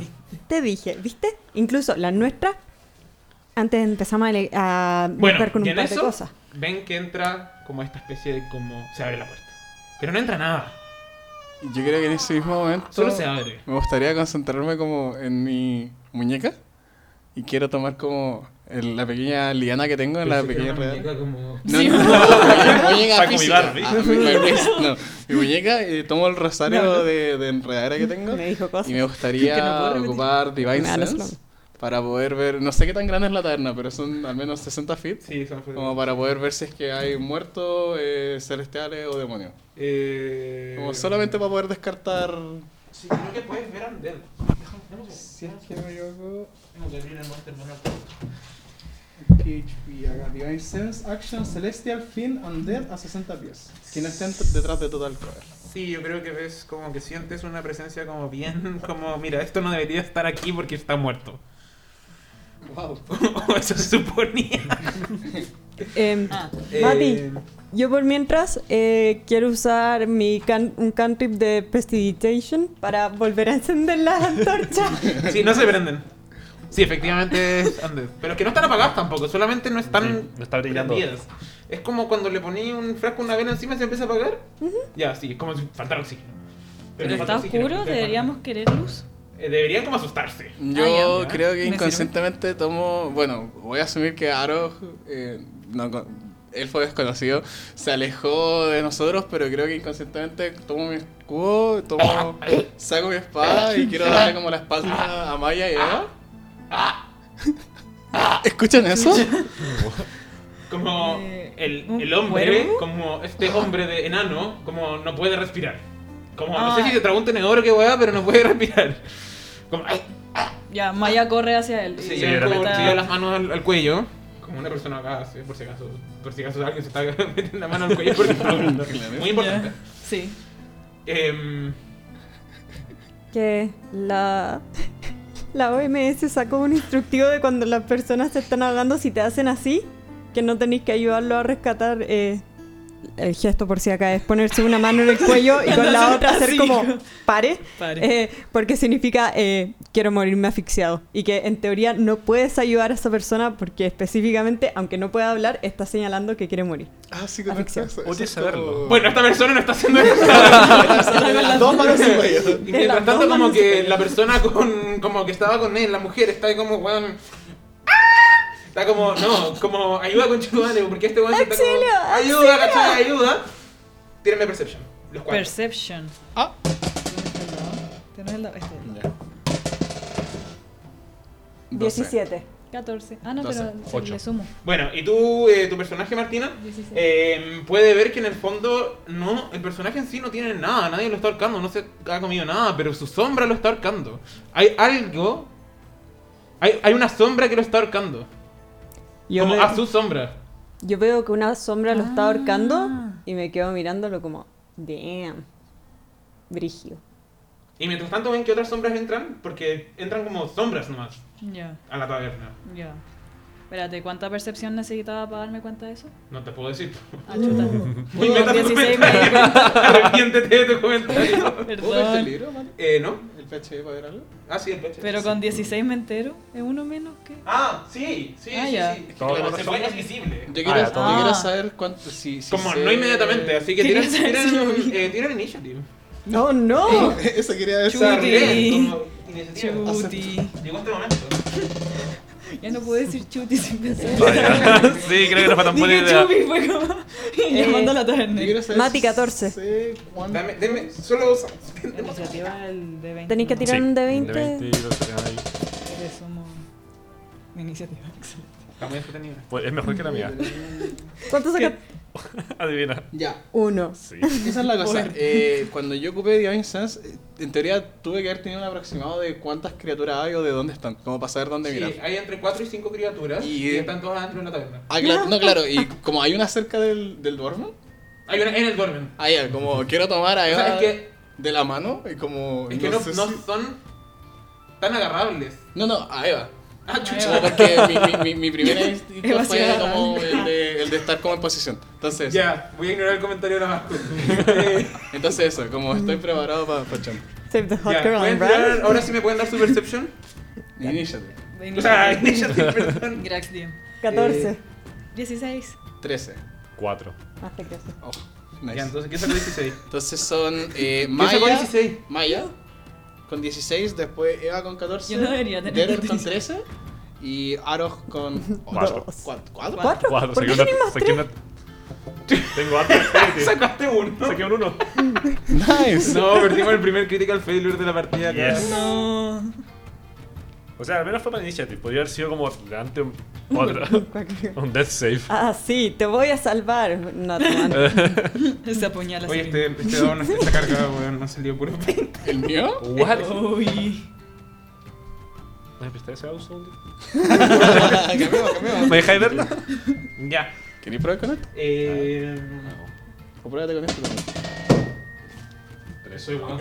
Speaker 10: te dije? ¿Viste? Incluso las nuestras, antes empezamos a, le- a
Speaker 2: Bueno,
Speaker 10: buscar con
Speaker 2: y
Speaker 10: un
Speaker 2: en
Speaker 10: par de
Speaker 2: eso
Speaker 10: cosas.
Speaker 2: ven que entra como esta especie de como se abre la puerta. Pero no entra nada,
Speaker 3: Yo creo que en ese mismo momento.
Speaker 2: solo se abre.
Speaker 3: Me gustaría concentrarme como en mi muñeca. Y quiero tomar como el- la pequeña liana que tengo,
Speaker 2: Pensé
Speaker 3: la
Speaker 2: que
Speaker 3: pequeña
Speaker 2: era una
Speaker 3: red.
Speaker 2: muñeca como-
Speaker 3: No, no, no, mi muñeca
Speaker 4: Paco
Speaker 3: física.
Speaker 4: Vivar, ¿sí?
Speaker 3: Ah, mi- mi- mi- no, mi muñeca, eh, tomo el rosario
Speaker 10: No, no.
Speaker 3: De, de enredadera que tengo
Speaker 10: Me dijo
Speaker 3: y
Speaker 10: cosas.
Speaker 3: me
Speaker 10: Que no puedo
Speaker 3: gustaría
Speaker 10: repetir.
Speaker 3: ocupar Divine
Speaker 10: Me da la
Speaker 3: Sense
Speaker 10: slow.
Speaker 3: para poder ver, no sé qué tan grande es la taberna, pero son al menos 60 feet,
Speaker 2: Sí, son fue-
Speaker 3: como para poder ver si es que hay muertos, eh, celestiales o demonios.
Speaker 2: Eh...
Speaker 3: Como solamente para poder descartar...
Speaker 2: Sí, creo que puedes ver Undead. Déjame- dame un segundo.
Speaker 3: Si es que me equivoco,
Speaker 2: Tengo que abrir el Monster Manual.
Speaker 12: PHP, haga Divine Sense, Action, Celestial, Fin, Undead a 60 pies.
Speaker 3: Que no estén detrás de Total Cover.
Speaker 2: Sí, yo creo que ves como que sientes una presencia como bien, como mira, esto no debería estar aquí porque está muerto.
Speaker 3: Wow.
Speaker 2: O Eso suponía.
Speaker 10: Em,
Speaker 6: Ah,
Speaker 3: Eh,
Speaker 2: Eh,
Speaker 10: Mati, yo por mientras eh, quiero usar mi can- un cantrip de Prestidigitation para volver a encender las antorchas.
Speaker 2: Sí, no se prenden. Sí, efectivamente es Undead. Pero es que no están apagadas tampoco, solamente no están.
Speaker 4: Sí, no está brillando.
Speaker 2: prendidas. Es como cuando le poní un frasco una vela encima y se empieza a apagar. Ya, sí, es como si faltara oxígeno.
Speaker 6: Pero
Speaker 2: le
Speaker 6: está
Speaker 2: falta oxígeno,
Speaker 6: oscuro,
Speaker 2: entonces,
Speaker 6: deberíamos querer luz.
Speaker 2: bueno, eh, deberían como asustarse.
Speaker 3: Yo
Speaker 6: Ah, ya.
Speaker 3: creo
Speaker 6: Me
Speaker 3: que
Speaker 6: sirve.
Speaker 3: inconscientemente tomo. Bueno, voy a asumir que Aro, eh, no, con- elfo desconocido, se alejó de nosotros, pero creo que inconscientemente tomo mi escudo, tomo, saco mi espada y quiero darle como la espalda a Maya y a Eva. ¿Escuchan eso?
Speaker 2: Como
Speaker 6: Eh,
Speaker 2: el,
Speaker 6: ¿un
Speaker 2: el hombre,
Speaker 6: cuervo?
Speaker 2: como este hombre de enano, como no puede respirar. Como, no
Speaker 6: Ah.
Speaker 2: sé si se tragó un tenedor o qué hueá, pero no puede respirar. Como,
Speaker 6: Ya, Maya corre hacia él.
Speaker 2: Se
Speaker 6: Y
Speaker 2: lleva, como-
Speaker 6: está-
Speaker 2: se lleva las manos al, al cuello, como una persona acá, así, por si acaso, por si acaso alguien se está metiendo la mano al cuello porque está hablando. Muy importante.
Speaker 6: Ya. Sí.
Speaker 2: Em,
Speaker 10: que la, la OMS sacó un instructivo de cuando las personas se están ahogando, si te hacen así, que no tenéis que ayudarlo a rescatar. eh, el gesto por si acá es ponerse una mano en el cuello y con la otra hacer como pare,
Speaker 6: Pare.
Speaker 10: eh, porque significa eh, quiero morirme asfixiado y que en teoría no puedes ayudar a esa persona porque específicamente, aunque no pueda hablar, está señalando que quiere morir.
Speaker 3: Ah, sí, con eso.
Speaker 10: Asfixia.
Speaker 3: eso
Speaker 4: Oye,
Speaker 3: es
Speaker 4: saberlo.
Speaker 3: como-
Speaker 2: bueno, esta persona no está haciendo eso.
Speaker 3: dos manos en medio.
Speaker 2: y mientras tanto, como que la persona con, como que estaba con él, la mujer, está ahí como, weón. ¡ah! Está como, no, como, ayuda con chudane, porque este weón se está como,
Speaker 10: ¡Auxilio,
Speaker 2: Ayuda, cachai, ayuda. Tírenme Perception. Los cuatro.
Speaker 6: Perception.
Speaker 3: Ah.
Speaker 6: ¿Tienes el dado? Este es el dado.
Speaker 3: Ya. Doce.
Speaker 10: 17.
Speaker 6: 14. Ah, no,
Speaker 3: Doce.
Speaker 6: pero se-
Speaker 4: Ocho.
Speaker 6: le sumo.
Speaker 2: Bueno, y tú, eh, tu personaje, Martina, eh, puede ver que en el fondo, no, el personaje en sí no tiene nada, nadie lo está ahorcando, no se ha comido nada, pero su sombra lo está ahorcando. Hay algo, hay, hay una sombra que lo está ahorcando,
Speaker 10: Yo
Speaker 2: como ah,
Speaker 10: me-
Speaker 2: a su sombra.
Speaker 10: Yo veo que una sombra lo está ahorcando
Speaker 6: Ah.
Speaker 10: y me quedo mirándolo como, damn, brígido.
Speaker 2: Y mientras tanto ven que otras sombras entran, porque entran como sombras nomás
Speaker 6: Ya,
Speaker 2: a la taberna.
Speaker 6: ya. Espérate, ¿cuánta percepción necesitaba para darme cuenta de eso?
Speaker 2: No te puedo decir.
Speaker 6: Ah,
Speaker 3: Uh.
Speaker 6: chuta.
Speaker 2: Uy,
Speaker 6: Bueno,
Speaker 2: meta tu
Speaker 6: 16 me di
Speaker 2: comentario.
Speaker 6: cuenta.
Speaker 2: Arrepiéntete de tu comentario.
Speaker 3: ¿Puedo ver este
Speaker 6: Perdón.
Speaker 3: libro, Mati?
Speaker 2: Eh, ¿no?
Speaker 3: ¿El PHP para ver algo?
Speaker 2: Ah, sí, el pecho.
Speaker 6: Pero con 16 me entero. ¿Es uno menos que?
Speaker 2: Ah, sí, sí,
Speaker 6: Ah,
Speaker 2: sí,
Speaker 6: ya.
Speaker 2: sí.
Speaker 4: Todo
Speaker 2: Claro,
Speaker 4: lo
Speaker 2: se puede, es visible.
Speaker 3: Yo quiero, yo
Speaker 6: todo.
Speaker 3: quiero
Speaker 6: Ah.
Speaker 3: saber cuánto. Si, si
Speaker 2: Como
Speaker 3: sé-
Speaker 2: no inmediatamente, así que
Speaker 6: Quería
Speaker 2: tiran,
Speaker 6: saber
Speaker 2: tiran,
Speaker 6: si lo
Speaker 2: eh, tiran initiative.
Speaker 10: No, no.
Speaker 3: Eso quería decir.
Speaker 2: O sea,
Speaker 6: Chuti.
Speaker 2: leen como iniciativa.
Speaker 6: Chuti.
Speaker 2: Llegó este momento.
Speaker 6: Ya no puedo decir chuti sin pensar.
Speaker 4: Ah, sí, creo que no fue tan buena
Speaker 6: Dije
Speaker 4: idea.
Speaker 6: chupi, fue como. Y
Speaker 10: Eh,
Speaker 6: le mandó a la taberna.
Speaker 3: Yo quiero saber
Speaker 10: Mati
Speaker 3: si
Speaker 10: 14.
Speaker 3: sé cuánto-
Speaker 2: Dame, deme, solo dos.
Speaker 6: La iniciativa del de 20.
Speaker 10: Tenéis que tirar
Speaker 4: Sí,
Speaker 10: un de
Speaker 4: un
Speaker 10: 20.
Speaker 4: lo sacan ahí.
Speaker 6: Eres sumo. Mi iniciativa, excelente.
Speaker 2: Está muy entretenido.
Speaker 4: Pues es mejor que la mía.
Speaker 10: ¿Cuánto saca?
Speaker 4: Adivina.
Speaker 3: Ya,
Speaker 10: Uno.
Speaker 4: Sí.
Speaker 3: esa es la cosa. Eh, cuando yo ocupé Divine Sense, eh, en teoría tuve que haber tenido un aproximado de cuántas criaturas hay o de dónde están, como para saber dónde
Speaker 2: Sí,
Speaker 3: mirar.
Speaker 2: hay entre 4 y 5 criaturas
Speaker 3: Y- eh,
Speaker 2: y, están todas adentro de una taberna.
Speaker 3: Ah, cla- no, claro, y como hay una cerca del, del Dwarfman,
Speaker 2: Hay una en el Dormen.
Speaker 3: ah, ya, como quiero tomar a
Speaker 2: O sea, es
Speaker 3: Eva
Speaker 2: que,
Speaker 3: de la mano, y como.
Speaker 2: es que no,
Speaker 3: sé
Speaker 2: no
Speaker 3: si-
Speaker 2: son tan agarrables.
Speaker 3: no, no, a Eva.
Speaker 2: Ah,
Speaker 3: Como
Speaker 2: chucha.
Speaker 3: porque mi, mi, mi, mi primer instinto
Speaker 6: Eva
Speaker 3: fue
Speaker 6: Ciudadana.
Speaker 3: como el de, el de estar como en posición. Entonces,
Speaker 2: Ya, voy a ignorar el comentario de la Eh, mascota.
Speaker 3: entonces eso, como estoy preparado para pa champ.
Speaker 10: Save the hot
Speaker 2: Ya,
Speaker 10: girl
Speaker 2: ¿pueden
Speaker 10: on Brad.
Speaker 2: tirar- ahora sí me pueden dar su perception.
Speaker 3: Initiative.
Speaker 6: De
Speaker 2: O sea,
Speaker 6: iniciativa.
Speaker 2: initiative, Ah, perdón.
Speaker 6: Grax DM.
Speaker 10: 14.
Speaker 6: 16.
Speaker 3: 13.
Speaker 4: Cuatro.
Speaker 10: Ah, te creas.
Speaker 3: Oh,
Speaker 2: Ya,
Speaker 3: nice.
Speaker 2: entonces, ¿qué sacó 16?
Speaker 3: Entonces son eh,
Speaker 2: ¿Qué sacó
Speaker 3: Maya,
Speaker 2: 16?
Speaker 3: Maya con 16, después Eva con 14,
Speaker 6: Yo no debería tener
Speaker 3: Derek con 13 y Aroch con
Speaker 4: Cuatro.
Speaker 3: 4. ¿Cuatro?
Speaker 10: ¿Cuatro?
Speaker 4: Cuatro.
Speaker 10: ¿Por qué
Speaker 4: saqué
Speaker 10: tenés
Speaker 4: una-
Speaker 10: más
Speaker 4: saqué
Speaker 10: tres?
Speaker 4: una- Tengo harto Espérate.
Speaker 2: Sacaste uno.
Speaker 4: Saqué un uno.
Speaker 3: Nice.
Speaker 2: No, perdimos el primer critical failure de la partida.
Speaker 4: Yes.
Speaker 6: No.
Speaker 4: O sea, al menos fue para Initiative. Podría haber sido como delante un- otra. un Death Save.
Speaker 10: Ah, sí, te voy a salvar. Not one.
Speaker 6: Se apuñala
Speaker 2: Oye,
Speaker 6: así.
Speaker 2: este, este dado no está cargado, weón. No salió puro.
Speaker 3: ¿El mío?
Speaker 4: What?
Speaker 6: Uy.
Speaker 4: ¿Me prestáis ese audio?
Speaker 3: Ah, cambiamos, cambiamos.
Speaker 4: ¿Me dejáis verla?
Speaker 2: ya.
Speaker 3: ¿Queréis probar con esto?
Speaker 2: Eh.
Speaker 3: O pruébate con esto también.
Speaker 4: Soy bueno.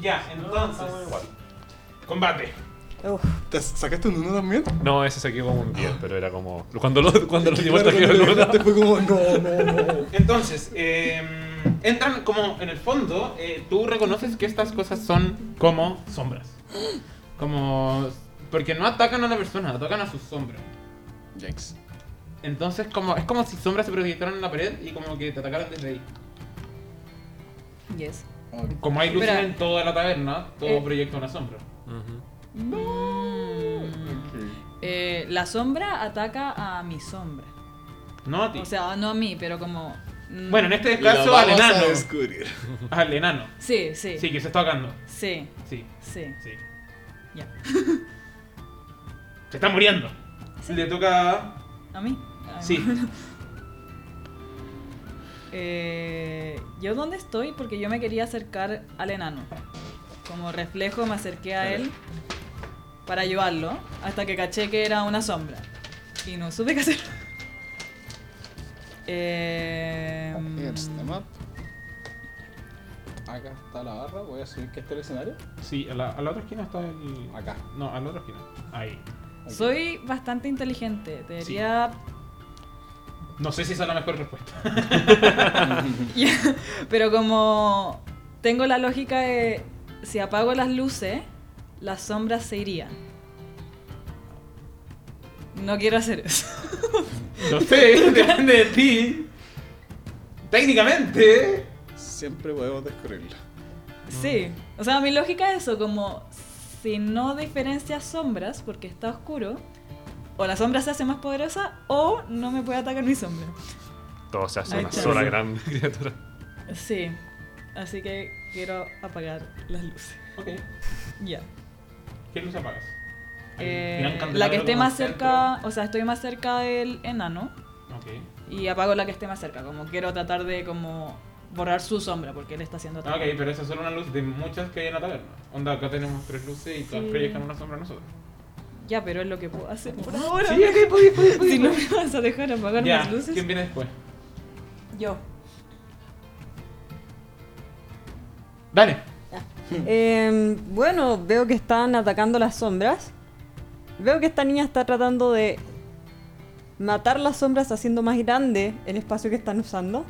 Speaker 2: Ya, entonces. Combate.
Speaker 10: Uf.
Speaker 3: ¿Te sacaste un 1 también?
Speaker 4: No, ese saqué como un 10, pero era como. Cuando lo, cuando lo dimos,
Speaker 3: Claro,
Speaker 4: saqué
Speaker 3: cuando
Speaker 4: un
Speaker 3: lo
Speaker 4: 1.
Speaker 3: dejaste fue como, no, no, no.
Speaker 2: Entonces, eh, entran como en el fondo, eh, tú reconoces que estas cosas son como sombras. Como... Porque no atacan a la persona, atacan a sus sombras.
Speaker 3: Yikes.
Speaker 2: Entonces como es como si sombras se proyectaran en la pared y como que te atacaran desde ahí.
Speaker 6: Yes.
Speaker 2: Como hay luces
Speaker 6: Espera.
Speaker 2: en toda la taberna, todo
Speaker 6: Eh.
Speaker 2: proyecta una sombra.
Speaker 6: Mm. Eh, la sombra ataca a mi sombra.
Speaker 2: No a ti.
Speaker 6: O sea, no a mí, pero como. mm,
Speaker 2: bueno, en este
Speaker 3: Lo
Speaker 2: caso al
Speaker 3: vamos a
Speaker 2: enano.
Speaker 3: descubrir.
Speaker 2: Al enano.
Speaker 6: Sí, sí.
Speaker 2: este- Sí,
Speaker 6: Sí.
Speaker 2: que se está atacando.
Speaker 6: Sí.
Speaker 2: Sí,
Speaker 6: sí.
Speaker 2: sí.
Speaker 6: Ya.
Speaker 2: Se está muriendo.
Speaker 6: Sí.
Speaker 2: Le toca...
Speaker 6: ¿A mí? Ay,
Speaker 2: Sí.
Speaker 6: Eh, ¿Yo dónde estoy? Porque yo me quería acercar al enano. Como reflejo me acerqué a él para ayudarlo, hasta que caché que era una sombra. Y no supe qué hacer. Eh,
Speaker 3: Here's the map. Acá está la barra, voy a subir que este el escenario.
Speaker 2: Sí, a la, a la otra esquina está el...
Speaker 3: Acá.
Speaker 2: No, a la otra esquina. Ahí.
Speaker 6: soy bastante inteligente. Debería...
Speaker 2: No sé si esa es la mejor respuesta.
Speaker 6: Pero como tengo la lógica de si apago las luces, las sombras se irían. No quiero hacer eso.
Speaker 2: No sé, depende de ti. Técnicamente.
Speaker 3: Siempre podemos descubrirlo.
Speaker 6: Sí, o sea, mi lógica es eso, como si no diferencias sombras porque está oscuro, o la sombra se hace más poderosa o no me puede atacar mi sombra.
Speaker 4: Todo se hace
Speaker 6: Ahí
Speaker 4: una
Speaker 6: está.
Speaker 4: sola gran criatura.
Speaker 6: Sí, así que quiero apagar las luces.
Speaker 2: Ok.
Speaker 6: Ya.
Speaker 2: ¿Qué luz apagas? Hay
Speaker 6: Eh,
Speaker 2: un gran
Speaker 6: la
Speaker 2: candelabro
Speaker 6: que esté
Speaker 2: como
Speaker 6: más
Speaker 2: al centro.
Speaker 6: cerca, o sea, estoy más cerca del enano
Speaker 2: Ok.
Speaker 6: y apago la que esté más cerca, como quiero tratar de como borrar su sombra porque él está haciendo
Speaker 2: Ah, Ok, pero esa es solo una luz de muchas que hay en la taberna. Onda, acá tenemos tres luces y todas
Speaker 6: Sí.
Speaker 2: proyectan una sombra a nosotros.
Speaker 6: Ya, pero es lo que puedo hacer por ahora.
Speaker 2: ok, podí, podí,
Speaker 6: Si no me vas a dejar apagar
Speaker 2: Ya,
Speaker 6: mis luces.
Speaker 2: ¿quién viene después?
Speaker 10: Yo.
Speaker 2: Dale.
Speaker 10: Eh, bueno, veo que están atacando las sombras. Veo que esta niña está tratando de matar las sombras haciendo más grande el espacio que están usando.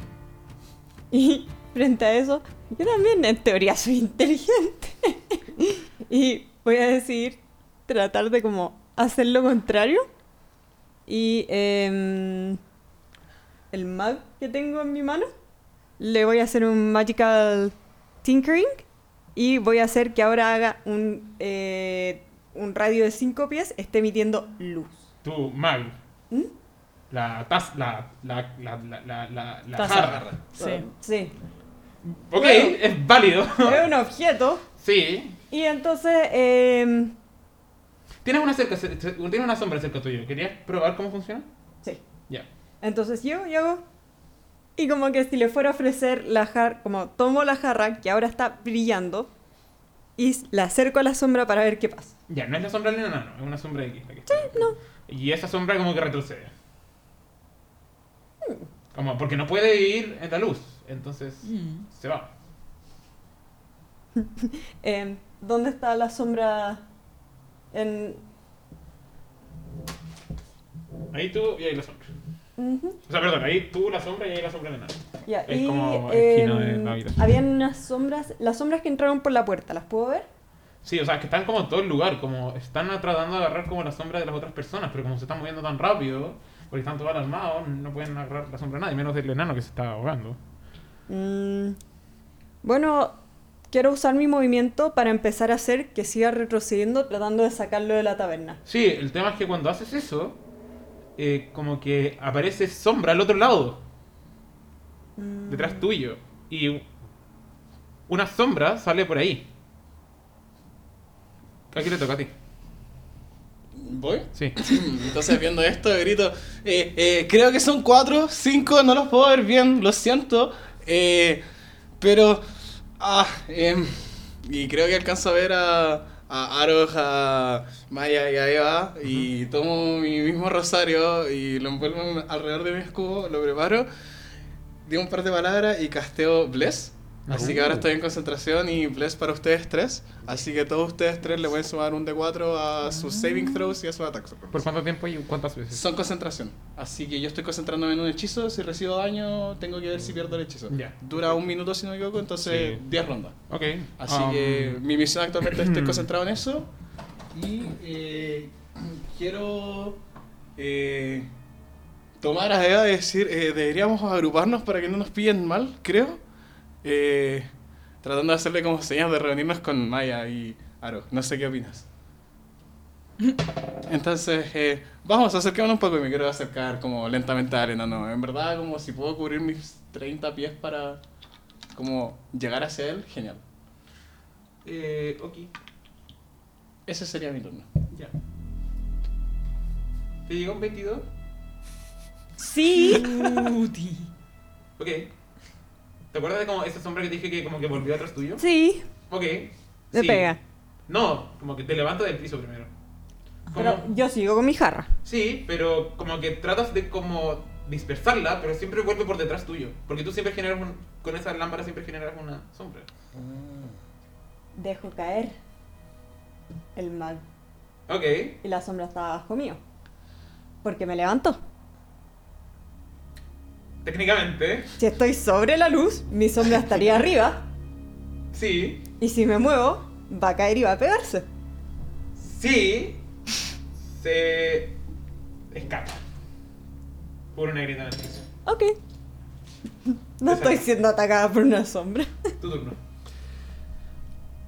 Speaker 10: Y frente a eso, yo también en teoría soy inteligente. y voy a decir, tratar de como hacer lo contrario. Y em, el mag que tengo en mi mano, le voy a hacer un magical tinkering. Y voy a hacer que ahora haga un, eh, un radio de 5 pies, esté emitiendo luz.
Speaker 2: Tú, Mag.
Speaker 10: ¿Mm?
Speaker 2: La taza. La. La. La. La. La. la, la
Speaker 6: Taza.
Speaker 2: jarra.
Speaker 6: Sí.
Speaker 10: Sí.
Speaker 2: Ok, es válido.
Speaker 10: Es un objeto.
Speaker 2: sí.
Speaker 10: Y entonces, eh,
Speaker 2: Tienes una, cerca, ce- ce- tienes una sombra cerca tuyo. ¿Querías probar cómo funciona?
Speaker 10: sí.
Speaker 2: Ya.
Speaker 10: Entonces yo y hago. Y como que si le fuera a ofrecer la jarra, como tomo la jarra que ahora está brillando y s- la acerco a la sombra para ver qué pasa.
Speaker 2: Ya, no es la sombra del enano, es una sombra X. La que sí, no. Y esa sombra como que retrocede. Como porque no puede ir en la luz. Entonces
Speaker 6: Mm.
Speaker 2: se va.
Speaker 10: Em, ¿Dónde está la sombra? En...
Speaker 2: Ahí tú y ahí la sombra.
Speaker 10: Ujú,
Speaker 2: O sea, perdón, ahí tú la sombra y ahí la sombra del enano.
Speaker 10: ya,
Speaker 2: Es
Speaker 10: y,
Speaker 2: como esquina de
Speaker 10: em,
Speaker 2: la habitación.
Speaker 10: habían unas sombras, las sombras que entraron por la puerta, ¿las puedo ver?
Speaker 2: Sí, o sea, que están como en todo el lugar, como están tratando de agarrar como la sombra de las otras personas, pero como se están moviendo tan rápido, porque están todos alarmados, no pueden agarrar la sombra de nadie, menos del enano que se está ahogando.
Speaker 10: Mm, bueno, quiero usar mi movimiento para empezar a hacer que siga retrocediendo tratando de sacarlo de la taberna.
Speaker 2: Sí, el tema es que cuando haces eso, eh, como que aparece sombra al otro lado,
Speaker 10: Mm,
Speaker 2: detrás tuyo, y una sombra sale por ahí. Aquí le toca a ti.
Speaker 3: ¿Voy?
Speaker 2: Sí.
Speaker 3: Entonces viendo esto grito, eh, eh, creo que son cuatro, cinco, no los puedo ver bien, lo siento. eh, pero... Ah, em, y creo que alcanzo a ver a, a Aroh, a Maya y a Eva. Y tomo mi mismo rosario y lo envuelvo en- alrededor de mi escudo, lo preparo. Digo un par de palabras y casteo Bless. Así que ahora estoy en concentración y Bless para ustedes tres. Así que todos ustedes tres le pueden sumar un D4 a sus saving throws y a sus ataques.
Speaker 2: ¿Por cuánto tiempo y cuántas veces?
Speaker 3: Son concentración. Así que yo estoy concentrándome en un hechizo. Si recibo daño, tengo que ver si pierdo el hechizo.
Speaker 2: Ya.
Speaker 3: Dura un minuto, si no me equivoco, entonces
Speaker 2: Sí.
Speaker 3: 10 rondas.
Speaker 2: Ok.
Speaker 3: Así
Speaker 2: um,
Speaker 3: que mi misión actualmente estoy concentrado en eso. Y eh, quiero eh, tomar a Eva y decir, eh, deberíamos agruparnos para que no nos pillen mal, creo. Eh, tratando de hacerle como señas de reunirnos con Maya y Aro. No sé qué opinas. Entonces, eh, vamos, acerquémonos un poco y me quiero acercar como lentamente al enano. En verdad, como si puedo cubrir mis 30 pies para como llegar hacia él, genial.
Speaker 2: Eh, ok.
Speaker 3: Ese sería mi turno.
Speaker 2: Ya. ¿Te llegó un 22?
Speaker 10: Sí.
Speaker 2: Ok. ¿Te acuerdas de como esa sombra que te dije que como que volvió atrás tuyo?
Speaker 10: Sí,
Speaker 2: Ok.
Speaker 10: me
Speaker 2: sí.
Speaker 10: pega.
Speaker 2: No, como que te levantas del piso primero. Como-
Speaker 10: Pero yo sigo con mi jarra.
Speaker 2: Sí, pero como que tratas de como dispersarla, pero siempre vuelve por detrás tuyo. Porque tú siempre generas un... Con esa lámpara siempre generas una sombra.
Speaker 10: Dejo caer el mag
Speaker 2: Ok.
Speaker 10: y la sombra está abajo mío. Porque me levanto.
Speaker 2: Técnicamente,
Speaker 10: Si estoy sobre la luz, mi sombra estaría arriba.
Speaker 2: sí.
Speaker 10: Y si me muevo, va a caer y va a pegarse.
Speaker 2: Sí. Se... Escapa. Por una grieta en el piso.
Speaker 10: Ok. No estoy siendo atacada por una sombra.
Speaker 2: Tu turno.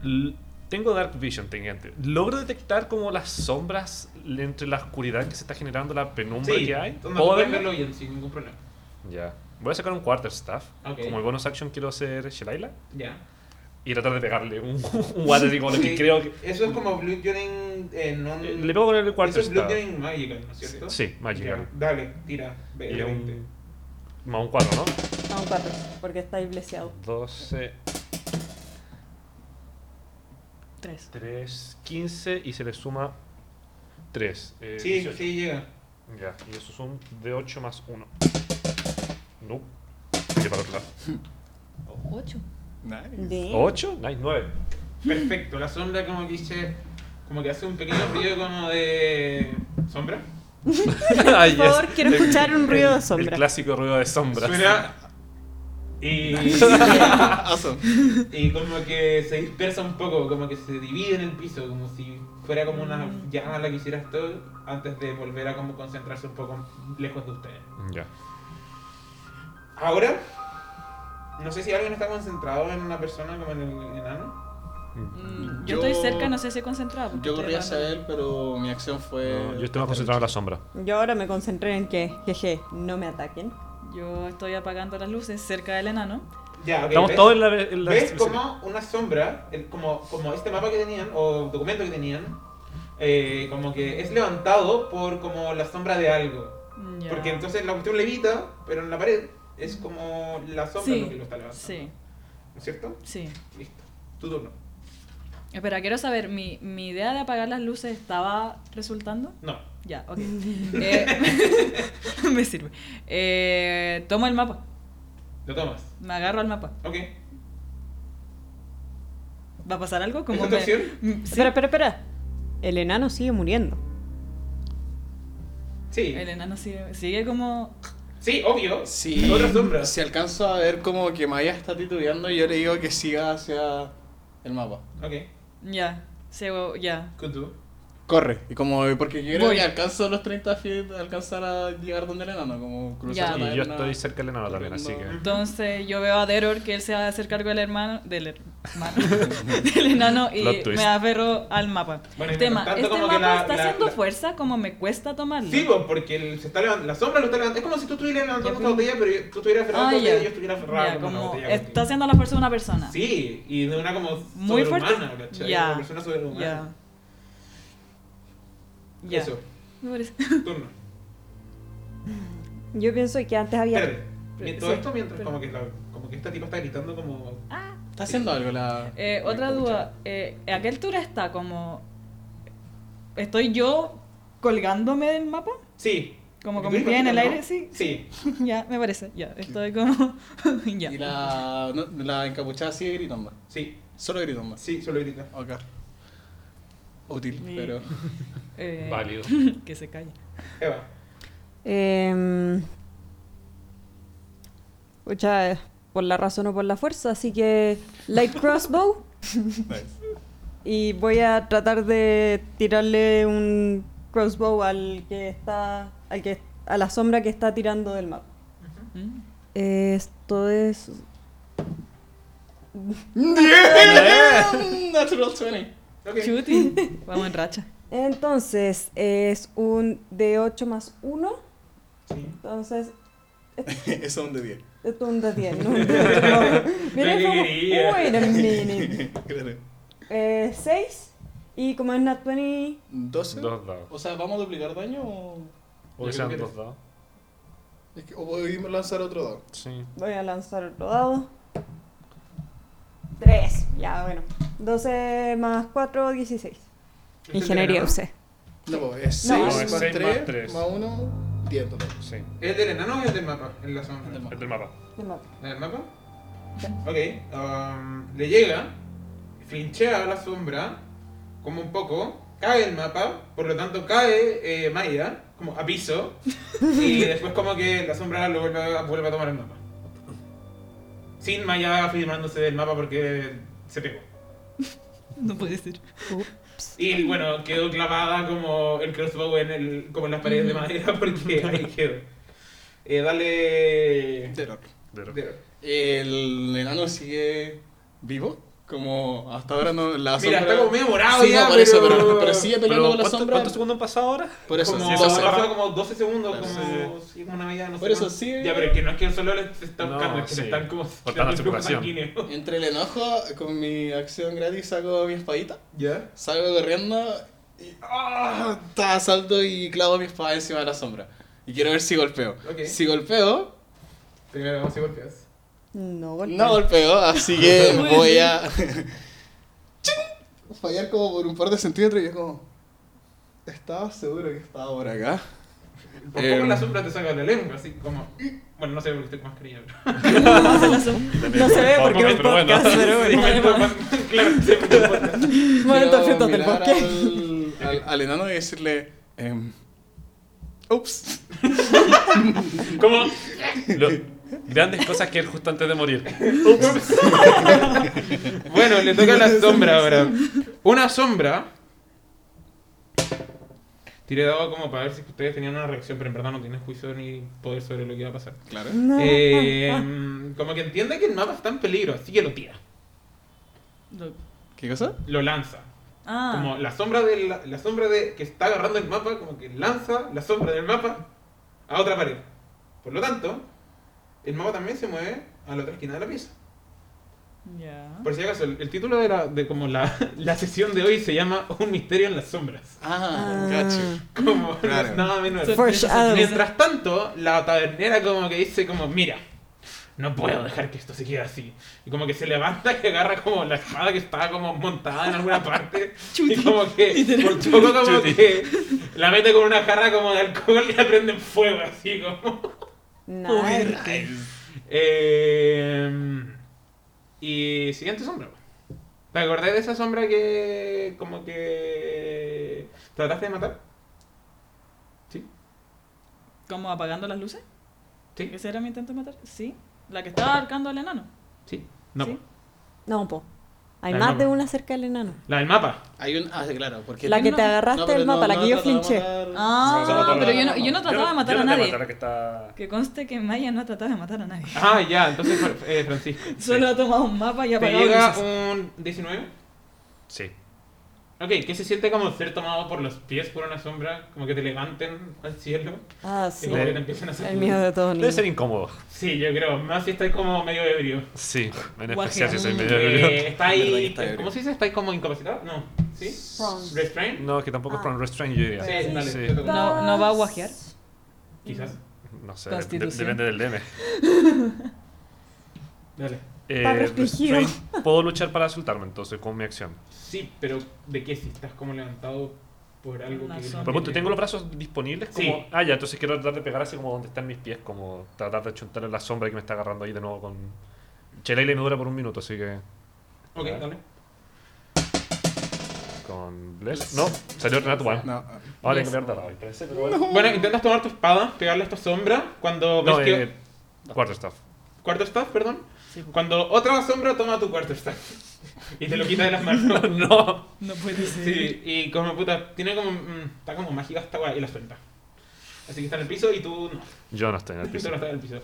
Speaker 4: L- Tengo Dark Vision, teniente. ¿Logro detectar como las sombras entre la oscuridad que se está generando, la penumbra
Speaker 2: Sí,
Speaker 4: que hay?
Speaker 2: no,
Speaker 4: ¿Puedo
Speaker 2: puedes
Speaker 4: verlo?
Speaker 2: verlo bien sin ningún problema.
Speaker 4: Ya. Voy a sacar un Quarterstaff.
Speaker 2: Ok.
Speaker 4: Como el bonus action quiero hacer Shelaila.
Speaker 2: Ya.
Speaker 4: Y tratar de pegarle un, un water y como lo que
Speaker 2: Sí,
Speaker 4: creo que...
Speaker 2: Eso es como Blue Joining en un...
Speaker 4: Eh, Le puedo poner el
Speaker 2: Eso es Blue
Speaker 4: Quarterstaff.
Speaker 2: Joining Magical, ¿no es cierto?
Speaker 4: Sí, Magical.
Speaker 2: Ya, Dale, tira. ve,
Speaker 4: Y un-
Speaker 2: 20.
Speaker 4: Más un 4, ¿no?
Speaker 10: Son cuatro, porque está blesseado.
Speaker 4: 12,
Speaker 6: Tres.
Speaker 4: 3, 15 y se le suma eh, 3.
Speaker 2: Sí, sí llega.
Speaker 4: Ya, y eso son de 8 más 1. No. Oye, para otro lado.
Speaker 6: Ocho.
Speaker 3: Nice.
Speaker 10: De...
Speaker 4: ¿8? Nice, 9.
Speaker 2: Perfecto. La sombra como que dice... Como que hace un pequeño ruido como de... ¿Sombra?
Speaker 4: Por
Speaker 10: Por favor, quiero escuchar un ruido de
Speaker 4: El
Speaker 10: sombra.
Speaker 4: clásico ruido de sombras.
Speaker 2: Suena... Y,
Speaker 3: Awesome.
Speaker 2: y como que se dispersa un poco, como que se divide en el piso, como si fuera como una llama la que hicieras todo antes de volver a como concentrarse un poco lejos de ustedes.
Speaker 4: Ya.
Speaker 2: Ahora, no sé si alguien está concentrado en una persona como en el enano.
Speaker 6: Mm,
Speaker 3: Yo-
Speaker 6: yo, estoy cerca, no sé si concentrado. porque
Speaker 3: Yo
Speaker 6: estoy
Speaker 3: corrí hacia
Speaker 6: hablando.
Speaker 3: él, pero mi acción
Speaker 10: Eh,
Speaker 3: fue.
Speaker 4: No, yo estoy más concentrado en la sombra.
Speaker 10: Yo ahora me concentré en que, jeje, no me ataquen.
Speaker 6: Yo estoy apagando las luces cerca del enano.
Speaker 2: Ya, ok,
Speaker 4: Estamos
Speaker 2: ¿ves?
Speaker 4: todos en la. en la-
Speaker 2: ¿Ves como una sombra, el- como, como este mapa que tenían, o documento que tenían, eh, como que es levantado por como la sombra de algo?
Speaker 6: Mm, Ya.
Speaker 2: Porque entonces la cuestión levita, pero en la pared es como la sombra
Speaker 6: Sí.
Speaker 2: lo que lo está levantando.
Speaker 6: Sí,
Speaker 2: ¿No es cierto?
Speaker 6: sí.
Speaker 2: Listo. Tu turno.
Speaker 6: Espera, quiero saber, ¿mi, mi idea de apagar las luces estaba resultando?
Speaker 2: No.
Speaker 6: Ya, ok. Eh, me sirve. Eh, tomo el mapa,
Speaker 2: Lo tomas.
Speaker 6: me agarro al mapa.
Speaker 2: Ok.
Speaker 6: ¿Va a pasar algo? Como
Speaker 2: ¿Es otra
Speaker 6: me-
Speaker 2: opción?
Speaker 6: Mm, sí.
Speaker 10: Espera, espera, espera. El enano sigue muriendo.
Speaker 2: Sí.
Speaker 6: El enano sigue, sigue como...
Speaker 2: Sí, obvio.
Speaker 3: Si,
Speaker 2: Otra sombra.
Speaker 3: si alcanzo a ver como que Maya está titubeando, yo le digo que siga hacia el mapa.
Speaker 2: Ok.
Speaker 6: Ya, sigo, ya.
Speaker 2: Kutu.
Speaker 3: Corre, y como porque yo creo
Speaker 6: Voy.
Speaker 3: que alcanzo los 30 feet a alcanzar a llegar donde el enano, como cruzar
Speaker 6: Ya.
Speaker 3: la
Speaker 4: Y yo
Speaker 3: taberna.
Speaker 4: estoy cerca del enano también, así que.
Speaker 6: Entonces yo veo a Deror que él se va a hacer cargo del hermano... Del hermano... del enano y
Speaker 4: Plot twist.
Speaker 6: me aferro al mapa.
Speaker 2: Bueno, y
Speaker 6: Tema,
Speaker 2: mientras tanto,
Speaker 6: este
Speaker 2: como que
Speaker 6: mapa
Speaker 2: la-
Speaker 6: está
Speaker 2: la-
Speaker 6: haciendo
Speaker 2: la-
Speaker 6: fuerza como me cuesta tomarlo.
Speaker 2: Sí, pues, porque el- se está levant- la sombra lo está levantando. Es como si tú estuvieras levantando una botella, pero yo- tú estuvieras aferrado a
Speaker 6: Ah,
Speaker 2: una botella
Speaker 6: ya.
Speaker 2: y yo estuviera aferrado
Speaker 6: Ya,
Speaker 2: con una
Speaker 6: como
Speaker 2: botella.
Speaker 6: está
Speaker 2: contigo.
Speaker 6: haciendo la fuerza de una persona.
Speaker 2: Sí, y de una como
Speaker 6: Muy fuerte.
Speaker 2: sobrehumana, ¿cachai?
Speaker 6: Ya.
Speaker 2: Una persona sobrehumana.
Speaker 6: Ya. Ya.
Speaker 2: Eso,
Speaker 6: Me parece-
Speaker 2: turno.
Speaker 10: Yo pienso que antes había...
Speaker 2: Espérate. Mien- Todo
Speaker 6: Sí,
Speaker 2: esto mientras
Speaker 6: pero-
Speaker 2: como que, la- como que esta tipa está gritando como...
Speaker 3: Está haciendo algo la.
Speaker 6: Eh,
Speaker 3: la
Speaker 6: otra
Speaker 3: capucha.
Speaker 6: duda. Eh, ¿A qué altura está? Como. ¿Estoy yo colgándome del mapa?
Speaker 2: Sí.
Speaker 6: Como
Speaker 2: Porque
Speaker 6: con
Speaker 2: tú
Speaker 6: mis pies en el
Speaker 2: imaginas,
Speaker 6: aire,
Speaker 2: ¿no?
Speaker 6: sí.
Speaker 2: Sí.
Speaker 6: Ya, me parece. Ya, estoy como. ya.
Speaker 3: Y la, no, la encapuchada sigue gritando.
Speaker 2: Sí.
Speaker 3: Solo gritando.
Speaker 2: Sí, solo grita.
Speaker 3: Ok. Útil,
Speaker 6: Mi-
Speaker 3: pero.
Speaker 6: Eh,
Speaker 4: Válido.
Speaker 6: Que se calle.
Speaker 2: Eva.
Speaker 10: Em, Pucha, por la razón o por la fuerza, así que light crossbow y voy a tratar de tirarle un crossbow al que está, al que a la sombra que está tirando del mapa.
Speaker 6: Mm.
Speaker 10: Esto es
Speaker 3: ¡Bien! Natural 20.
Speaker 2: Ok.
Speaker 6: Chuti. Vamos en racha.
Speaker 10: entonces es un de 8 más 1,
Speaker 2: Sí.
Speaker 10: entonces
Speaker 3: Eso es un de 10.
Speaker 10: esto es un de 10, no un de ocho, no. Mira,
Speaker 2: Lo que
Speaker 10: fue como,
Speaker 2: quería.
Speaker 10: wait a minute.
Speaker 3: Claro.
Speaker 10: 6 y como es Nat 20,
Speaker 3: 12.
Speaker 4: Dos dados.
Speaker 3: O sea, ¿vamos a duplicar daño o.?
Speaker 4: O que sean dos dados.
Speaker 3: Es que, o podemos lanzar otro dado.
Speaker 4: Sí.
Speaker 10: voy a lanzar otro dado. 3, ya bueno. 12 más 4, 16.
Speaker 2: ¿Este
Speaker 10: Ingeniería
Speaker 2: es
Speaker 10: UC.
Speaker 3: No, pues, es 6
Speaker 10: No,
Speaker 3: más,
Speaker 10: es
Speaker 4: seis más
Speaker 3: 3,
Speaker 4: tres.
Speaker 3: más 1, 10 total.
Speaker 4: Sí.
Speaker 2: del enano? ¿Es del enano o es del mapa? En la sombra.
Speaker 3: Del mapa.
Speaker 4: Es del mapa.
Speaker 2: ¿En el mapa? Ok. um, le llega, flinchea la sombra, como un poco, cae el mapa, por lo tanto cae eh, Maya, como a piso, y después como que la sombra lo vuelve, a- vuelve a tomar el mapa. Sin Maya afirmándose del mapa porque se pegó.
Speaker 6: No puede ser.
Speaker 2: Y bueno, quedó clavada como el crossbow en, el, como en las paredes de madera porque ahí quedó. Eh, dale...
Speaker 3: Terror.
Speaker 4: Pero-
Speaker 3: El enano sigue vivo. Como hasta ahora no. La
Speaker 2: Mira,
Speaker 3: sombra...
Speaker 2: está como medio morado
Speaker 3: Sí,
Speaker 2: ya,
Speaker 3: no, por eso,
Speaker 2: pero-
Speaker 3: pero, pero sigue peleando
Speaker 4: Pero
Speaker 3: con la
Speaker 4: ¿cuánto-
Speaker 3: sombra.
Speaker 4: ¿Cuántos segundos han pasado ahora?
Speaker 3: Por eso,
Speaker 2: como,
Speaker 3: sí,
Speaker 2: ha
Speaker 3: eso sí.
Speaker 2: pasado como 12 segundos,
Speaker 3: Claro,
Speaker 2: como, sí, como una media, no sé.
Speaker 3: Por eso
Speaker 2: cuánto.
Speaker 3: sí.
Speaker 2: Ya, pero es que no es que el solo le- se está
Speaker 4: No,
Speaker 2: buscando, es que le
Speaker 4: sí.
Speaker 2: están como.
Speaker 4: Cortando la circulación.
Speaker 2: sanguíneo.
Speaker 3: Entre el enojo, con mi acción gratis saco mi espadita,
Speaker 2: ¿Ya?
Speaker 3: salgo corriendo y ¡ah! Ta, salto y clavo mi espada encima de la sombra. Y quiero ver si golpeo.
Speaker 2: Ok.
Speaker 3: Si golpeo,
Speaker 2: Primero vamos y golpeas.
Speaker 10: No golpea.
Speaker 3: no golpeo, así que voy a ¡Chin! fallar como por un par de centímetros y yo como estaba seguro que estaba por acá.
Speaker 2: Por
Speaker 3: Eh,
Speaker 2: poco la sombra te saca la lengua, así como. Bueno, no sé porque estoy con mascarilla, pero.
Speaker 10: No se ve porque es un
Speaker 4: Pero bueno.
Speaker 10: podcast, pero
Speaker 2: Sí,
Speaker 10: bueno.
Speaker 2: momento, más- claro, sí, me importa.
Speaker 10: Momentos
Speaker 3: Quiero
Speaker 10: frutos del
Speaker 3: mirar
Speaker 10: bosque.
Speaker 3: Al, al- al enano y decirle, em, ups.
Speaker 4: ¿Cómo? Grandes cosas que él justo antes de morir.
Speaker 2: Bueno, le toca la sombra ahora. Una sombra. Tiré dado como para ver si ustedes tenían una reacción, pero en verdad no tienen juicio ni poder sobre lo que va a pasar.
Speaker 3: Claro.
Speaker 2: Em, Eh, como que entiende que el mapa está en peligro, así que lo tira.
Speaker 6: Lo-
Speaker 3: ¿Qué cosa?
Speaker 2: lo lanza.
Speaker 6: Ah,
Speaker 2: Como la sombra, de la, la sombra de que está agarrando el mapa, como que lanza la sombra del mapa a otra pared. Por lo tanto, el mapa también se mueve a la otra esquina de la pieza.
Speaker 6: ya.
Speaker 2: Por si acaso, el, el título de, la, de como la, la sesión de hoy se llama Un misterio en las sombras.
Speaker 3: Ah,
Speaker 10: Ah.
Speaker 3: cacho.
Speaker 2: Como
Speaker 3: Claro.
Speaker 2: nada menos.
Speaker 10: Foreshadow.
Speaker 2: Mientras tanto, la tabernera como que dice como, mira, no puedo dejar que esto se quede así. Y como que se levanta y agarra como la espada que estaba como montada en alguna parte. y como que por poco como que la mete con una jarra como de alcohol y la prende en fuego así como.
Speaker 10: Nice.
Speaker 2: Eh, y siguiente sombra. ¿Te acordás de esa sombra que como que trataste de matar? Sí,
Speaker 6: ¿Como apagando las luces?
Speaker 2: sí,
Speaker 6: ¿Ese era mi intento de matar? Sí. La que estaba arcando al enano.
Speaker 2: sí. No.
Speaker 6: ¿Sí?
Speaker 10: No, po. Hay
Speaker 2: La
Speaker 10: más
Speaker 2: del
Speaker 10: de
Speaker 2: mapa.
Speaker 10: una cerca del enano.
Speaker 2: La del mapa.
Speaker 3: Hay un. Ah, claro, porque.
Speaker 10: La que
Speaker 6: no-
Speaker 10: te
Speaker 3: No,
Speaker 10: agarraste
Speaker 3: pero
Speaker 10: del mapa,
Speaker 3: no,
Speaker 10: la
Speaker 3: no
Speaker 10: que yo
Speaker 3: trataba de
Speaker 10: finché.
Speaker 3: matar-
Speaker 6: Ah,
Speaker 3: no,
Speaker 6: pero
Speaker 3: no, no,
Speaker 6: yo no, yo no
Speaker 4: Yo no-
Speaker 6: trataba de matar
Speaker 4: yo
Speaker 6: a
Speaker 4: no te
Speaker 6: nadie.
Speaker 4: matar a que está-
Speaker 6: Que conste que Maya no ha tratado de matar a nadie.
Speaker 2: Ah, ya, entonces fue- eh, Francisco.
Speaker 6: Solo ha tomado un mapa y ha
Speaker 2: Te
Speaker 6: apagado
Speaker 2: llega
Speaker 6: luces.
Speaker 2: un 19.
Speaker 4: Sí.
Speaker 2: Ok, ¿qué se siente como ser tomado por los pies por una sombra? Como que te levanten al cielo
Speaker 10: Ah,
Speaker 2: y
Speaker 10: sí.
Speaker 2: como que te empiezan a hacer...
Speaker 10: El miedo de todo niño.
Speaker 4: Debe ser incómodo.
Speaker 2: Sí, yo creo, más si estás como medio ebrio.
Speaker 4: Sí, en
Speaker 6: Guaje.
Speaker 4: especial si soy medio
Speaker 2: Eh,
Speaker 4: ebrio.
Speaker 2: está
Speaker 3: Verdad que
Speaker 2: ahí...
Speaker 3: está ebrio.
Speaker 2: ¿Cómo se dice? ¿Está ahí como incapacitado? No. ¿Sí?
Speaker 10: From-
Speaker 2: ¿Restrain?
Speaker 4: No, que tampoco
Speaker 6: ah.
Speaker 4: es para un restraint, yo diría.
Speaker 2: Sí, dale.
Speaker 4: Sí.
Speaker 2: te toca.
Speaker 6: No, no va a guajear. Mm.
Speaker 2: Quizás.
Speaker 4: No sé, de-
Speaker 6: Constitución.
Speaker 4: depende del Eh, DM.
Speaker 2: Dale.
Speaker 4: Eh,
Speaker 10: Está restringido.
Speaker 4: restraint, puedo luchar para soltarme entonces con mi acción.
Speaker 2: Sí, pero ¿de qué si estás como levantado por algo
Speaker 6: Una
Speaker 2: que...
Speaker 6: sombra.
Speaker 4: Por punto, tengo los brazos disponibles como...
Speaker 2: Sí.
Speaker 4: Ah, ya, entonces quiero tratar de pegar así como donde están mis pies, como tratar de chuntar en la sombra que me está agarrando ahí de nuevo con... Chelayle me dura por un minuto, así que...
Speaker 2: Ok, dale.
Speaker 4: Con Bless. No, salió Renato One.
Speaker 3: No,
Speaker 4: Ahora hay que
Speaker 6: Yes.
Speaker 4: cambiar de lado, parece, pero bueno.
Speaker 2: Bueno, intentas tomar tu espada, pegarle a esta sombra, cuando ves
Speaker 4: No,
Speaker 2: que...
Speaker 4: eh, cuarto staff.
Speaker 2: Cuarto staff, perdón.
Speaker 6: pues.
Speaker 2: Cuando otra sombra toma tu cuarto staff. Y te lo quita de las manos.
Speaker 4: No.
Speaker 6: No puede ser.
Speaker 2: Sí, y como puta, tiene como. mm, está como mágica esta weá y la suelta. Así que está en el piso y tú no.
Speaker 4: Yo no estoy en el
Speaker 2: Tú
Speaker 4: piso.
Speaker 2: no estás en el piso.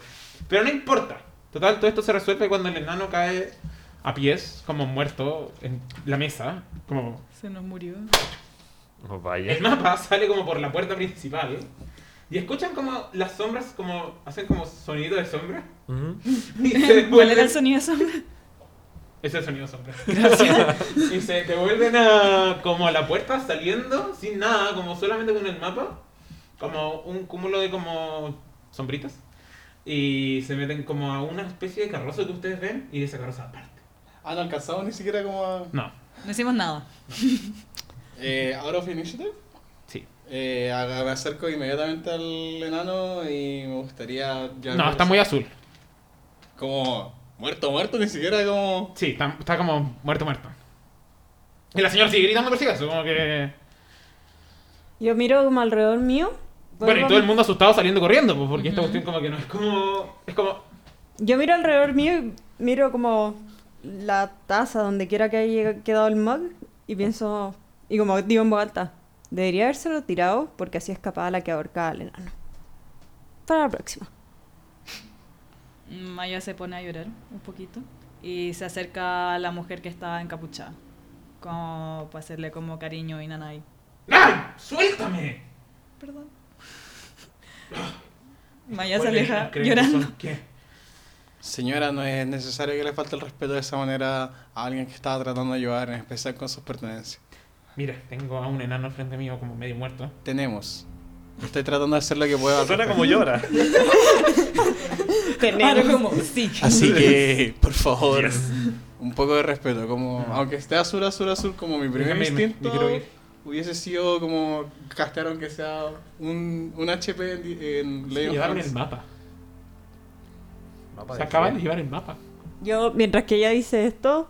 Speaker 2: Pero no importa. Total, todo esto se resuelve cuando el enano cae a pies, como muerto, en la mesa. Como.
Speaker 6: Se nos murió.
Speaker 4: Oh, vaya.
Speaker 2: El mapa sale como por la puerta principal. Y escuchan como las sombras como. hacen como sonido de sombra.
Speaker 4: Ujú.
Speaker 2: Y se
Speaker 6: ¿Cuál
Speaker 2: devuelven-
Speaker 6: era el sonido de sombra?
Speaker 2: Ese es el sonido sombra. Gracias. y se devuelven a como a la puerta saliendo sin nada, como solamente con el mapa. Como un cúmulo de como sombritas. Y se meten como a una especie de carroza que ustedes ven y de esa carroza aparte.
Speaker 3: Ah, no alcanzamos ni siquiera como a.
Speaker 2: No.
Speaker 6: No hicimos nada.
Speaker 3: Eh, out of initiative.
Speaker 2: Sí.
Speaker 3: Eh, a- me acerco inmediatamente al enano y me gustaría. ya-
Speaker 2: No, está muy azul.
Speaker 3: Como. Muerto, muerto, ni siquiera como.
Speaker 2: Sí, está, está como muerto, muerto. Y la señora sigue gritando por si acaso, como que...
Speaker 10: Yo miro como alrededor mío.
Speaker 2: Bueno,
Speaker 10: vuelvo
Speaker 2: y
Speaker 10: a
Speaker 2: todo el
Speaker 10: mi-
Speaker 2: mundo asustado saliendo corriendo, pues, porque esta cuestión como que no es como... Es como...
Speaker 10: Yo miro alrededor mío y miro como la taza donde quiera que haya quedado el mug y pienso, y como digo en voz alta, debería habérselo tirado porque así escapaba la que ahorcaba al enano. Para la próxima.
Speaker 6: Mm, Maya se pone a llorar un poquito y se acerca a la mujer que está encapuchada. Como para hacerle como cariño y nanay.
Speaker 2: ¡Ay! ¡Suéltame!
Speaker 6: Perdón. Maya se
Speaker 2: Vuelve
Speaker 6: aleja
Speaker 2: a creer que
Speaker 6: llorando.
Speaker 2: son- ¿Qué?
Speaker 3: Señora, no es necesario que le falte el respeto de esa manera a alguien que estaba tratando de ayudar, en especial con sus pertenencias.
Speaker 2: Mira, tengo a un enano al frente mío como medio muerto.
Speaker 3: Tenemos. Estoy tratando de hacer lo que puedo. al
Speaker 4: Suena
Speaker 3: respecto.
Speaker 4: como llora.
Speaker 6: Ahora como, sí.
Speaker 3: Así que, por favor, un poco de respeto. Como, aunque esté azul, azul, azul, como mi primer
Speaker 2: Déjame irme,
Speaker 3: instinto
Speaker 2: me quiero ir.
Speaker 3: hubiese sido como castear aunque sea un, un HP en, en Ley of
Speaker 2: Llevaron el
Speaker 3: Hands.
Speaker 2: mapa.
Speaker 4: Mapa
Speaker 2: Se
Speaker 4: de
Speaker 2: acaban de
Speaker 4: frío.
Speaker 2: llevar el mapa.
Speaker 10: Yo, mientras que ella dice esto,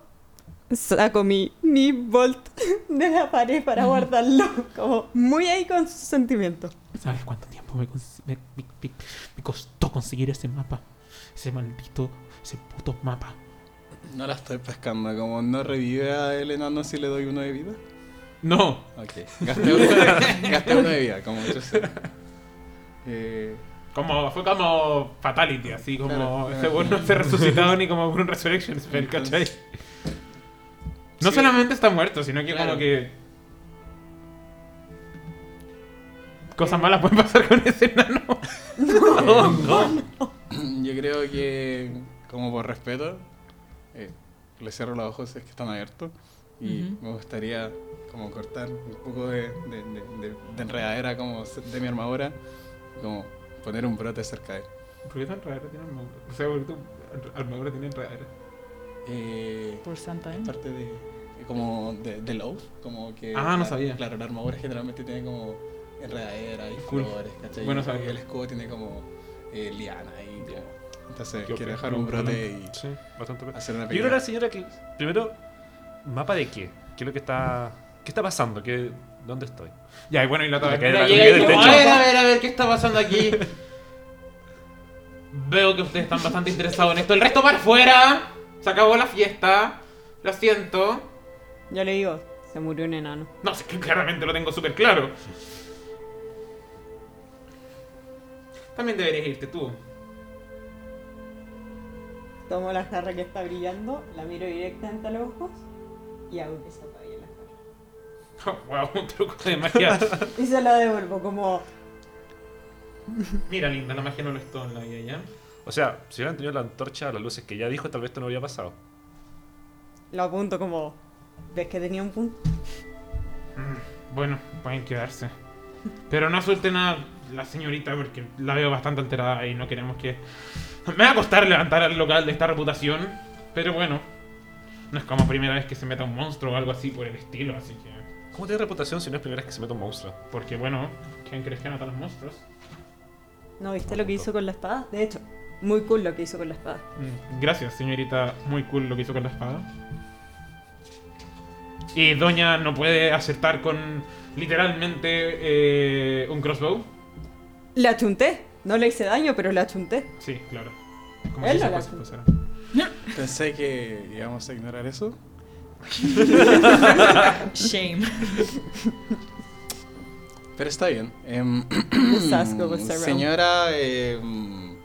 Speaker 10: saco mi, mi bolt de la pared para guardarlo, como muy ahí con sus sentimientos.
Speaker 13: ¿Sabes cuánto tiempo me, cons- me- me- me- me costó conseguir ese mapa? Ese maldito, ese puto mapa.
Speaker 3: No la estoy pescando, como no revive a el enano si le doy uno de vida.
Speaker 2: No.
Speaker 3: Ok, gasté uno, gasté uno de vida, como yo sé. Eh,
Speaker 2: Como, fue como Fatality, así como.
Speaker 3: Claro, claro.
Speaker 2: según no se resucitado ni como un Resurrection Spell, ¿cachai?
Speaker 12: No
Speaker 3: Sí.
Speaker 12: solamente está muerto, sino que
Speaker 3: Claro.
Speaker 12: como que. Cosas malas pueden pasar con ese enano. Eh,
Speaker 4: Oh, no.
Speaker 3: Yo creo que, como por respeto, eh, le cierro los ojos si es que están abiertos. Y
Speaker 6: Ujú.
Speaker 3: me gustaría como cortar un poco de, de- de- de- de enredadera como se- de mi armadura. Como poner un brote cerca de él.
Speaker 12: ¿Por qué tu enredadera tiene armadura? O sea, ¿por qué tu ar- armadura tiene enredadera?
Speaker 3: Eh,
Speaker 6: Por Santa Ana.
Speaker 3: parte de, como de, del oath, como que...
Speaker 12: Ah, no
Speaker 3: la-
Speaker 12: sabía.
Speaker 3: Claro, la armadura generalmente tiene como enredadera y
Speaker 12: Cool.
Speaker 3: flores, ¿cachai?
Speaker 12: Bueno
Speaker 3: Y
Speaker 12: saberlo.
Speaker 3: El escudo tiene como eh, liana y como... Entonces
Speaker 4: Qué
Speaker 3: quiero
Speaker 4: op-
Speaker 3: dejar un brote y
Speaker 4: Sí, bastante pe-
Speaker 3: hacer una pequeña...
Speaker 4: Yo creo que la señora que. Primero, ¿mapa de qué? ¿Qué es lo que está. ¿Qué está pasando? ¿Qué, ¿Dónde estoy?
Speaker 12: Ya, y bueno, y la
Speaker 4: Me
Speaker 12: taberna.
Speaker 4: cae la-
Speaker 12: llega
Speaker 4: me
Speaker 12: y
Speaker 4: cae
Speaker 12: dice,
Speaker 4: del
Speaker 12: "A
Speaker 4: techo".
Speaker 12: ver, a ver, a ver, ¿qué está pasando aquí? Veo que ustedes están bastante interesados en esto. El resto para afuera. Se acabó la fiesta. Lo siento.
Speaker 10: Yo le digo, se murió un enano.
Speaker 12: No, sé que claramente lo tengo súper claro. También deberías irte tú.
Speaker 10: Tomo la jarra que está brillando, la miro directamente a los ojos y hago que se apague la jarra.
Speaker 12: Oh, wow, un truco de magia.
Speaker 10: Y se la devuelvo como...
Speaker 12: Mira, linda, la magia no lo es todo en la vida, ¿ya?
Speaker 4: O sea, si hubieran tenido la antorcha, las luces que ya dijo, tal vez esto no habría pasado.
Speaker 10: Lo apunto como... ¿Ves que tenía un punto?
Speaker 12: Mm, Bueno, pueden quedarse. Pero no asusten a la señorita porque la veo bastante alterada y no queremos que... Me va a costar levantar al local de esta reputación, pero bueno. No es como primera vez que se meta un monstruo o algo así por el estilo, así que...
Speaker 4: ¿Cómo tiene reputación si no es primera vez que se mete un monstruo?
Speaker 12: Porque bueno, ¿quién crees que mata a los monstruos?
Speaker 10: ¿No viste lo que hizo con la espada? De hecho, muy cool lo que hizo con la espada.
Speaker 12: Mm, Gracias, señorita. Muy cool lo que hizo con la espada. Y Doña no puede acertar con literalmente eh, un crossbow.
Speaker 10: La achunté. No le hice daño, pero la achunté.
Speaker 12: Sí, claro.
Speaker 10: Él no
Speaker 12: esas
Speaker 10: la
Speaker 12: cosas
Speaker 10: hace.
Speaker 12: pasaran.
Speaker 3: Pensé que íbamos a ignorar eso.
Speaker 6: Shame.
Speaker 3: Pero está bien. Em,
Speaker 10: Sasco was around.
Speaker 3: señora, em,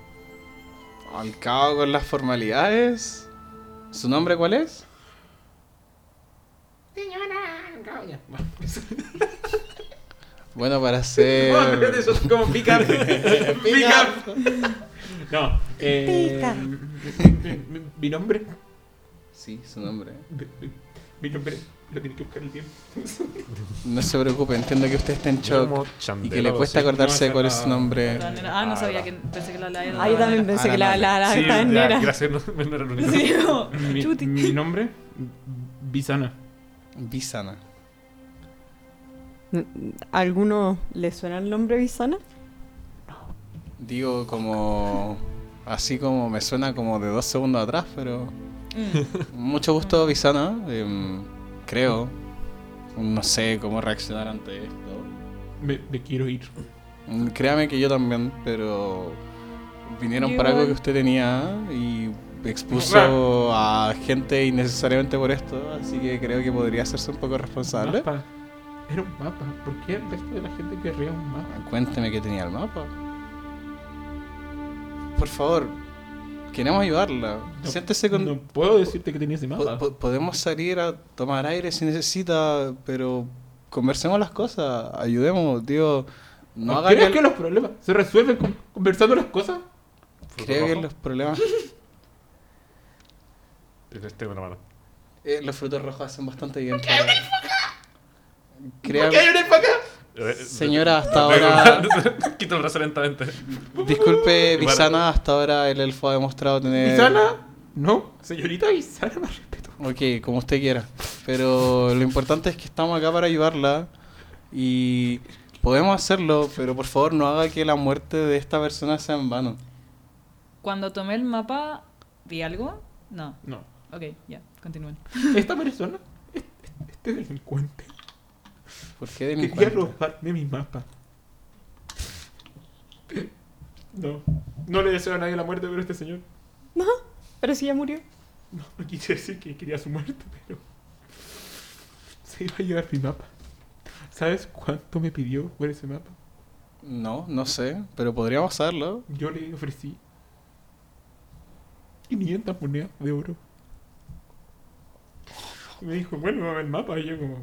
Speaker 3: al cabo con las formalidades, ¿su nombre cuál es? Bueno, para ser...
Speaker 12: No, espérate, eso es como pick up. pick up. No. eh,
Speaker 10: Pica.
Speaker 12: mi- mi- Mi nombre.
Speaker 3: Sí, su nombre.
Speaker 12: mi- mi- Mi nombre. Lo tiene que buscar el tiempo.
Speaker 3: No se preocupe, entiendo que usted está en shock y que le cuesta
Speaker 12: No,
Speaker 3: acordarse
Speaker 12: esa
Speaker 3: cuál
Speaker 12: no.
Speaker 3: es su nombre.
Speaker 6: La nena- Ah, no
Speaker 4: Ah,
Speaker 6: sabía
Speaker 4: la-
Speaker 6: que pensé que la la
Speaker 10: Ahí Ah, también pensé que la, la, la estaba en nera.
Speaker 4: gracias, no, no era el único.
Speaker 6: Sí, como,
Speaker 12: Mi,
Speaker 6: chuti.
Speaker 12: mi nombre. Bisana.
Speaker 3: Bisana.
Speaker 10: ¿Alguno le suena el nombre Visana?
Speaker 3: Digo como... Así como me suena como de dos segundos atrás, pero...
Speaker 6: Mm.
Speaker 3: Mucho gusto, Visana. Em, creo. No sé cómo reaccionar ante esto.
Speaker 12: Me, me quiero ir.
Speaker 3: Mm, Créame que yo también, pero vinieron
Speaker 6: Yo
Speaker 3: para algo
Speaker 6: igual.
Speaker 3: que usted tenía y expuso a gente innecesariamente por esto, así que creo que podría hacerse un poco responsable.
Speaker 12: Mapa. Era un mapa. ¿Por qué el resto de la gente querría un mapa?
Speaker 3: Cuénteme qué tenía el mapa. Por favor, queremos ayudarla. Siéntese con...
Speaker 12: No puedo decirte que tenía ese
Speaker 3: Po-
Speaker 12: mapa.
Speaker 3: po- podemos salir a tomar aire si necesita, pero conversemos las cosas, ayudemos, tío. No haga
Speaker 12: ¿Crees
Speaker 3: que-
Speaker 12: que los problemas se resuelven con- conversando las cosas?
Speaker 3: Creo que
Speaker 4: rojo?
Speaker 3: los problemas...
Speaker 4: Este, bueno, bueno.
Speaker 3: Eh, los frutos rojos hacen bastante bien. claro. Créame-
Speaker 12: ¿Por qué hay una alpaca?
Speaker 4: Eh,
Speaker 3: Señora, hasta
Speaker 4: eh,
Speaker 3: ahora.
Speaker 4: Quito el brazo lentamente.
Speaker 3: Disculpe,
Speaker 4: Igual.
Speaker 3: Visana, hasta ahora el eh, elfo ha demostrado tener.
Speaker 12: ¿Isana? No, señorita Isana, más respeto.
Speaker 3: Ok, como usted quiera. Pero lo importante es que estamos acá para ayudarla. Y podemos hacerlo, pero por favor no haga que la muerte de esta persona sea en vano.
Speaker 6: Cuando tomé el mapa, ¿vi algo? No.
Speaker 12: No.
Speaker 6: Ok, ya, continúen.
Speaker 12: Esta persona, este, este delincuente,
Speaker 3: ¿Por qué
Speaker 12: quería
Speaker 3: delincuente?
Speaker 12: robarme mi mapa. No, no le deseo a nadie la muerte, pero este señor.
Speaker 10: No, pero si ya murió.
Speaker 12: No, no quise decir que quería su muerte, pero. Se iba a llevar mi mapa. ¿Sabes cuánto me pidió por ese mapa?
Speaker 3: No, no sé, pero podríamos hacerlo.
Speaker 12: Yo le ofrecí 500 monedas de oro.
Speaker 2: Y me dijo, bueno, va el mapa. Y yo como,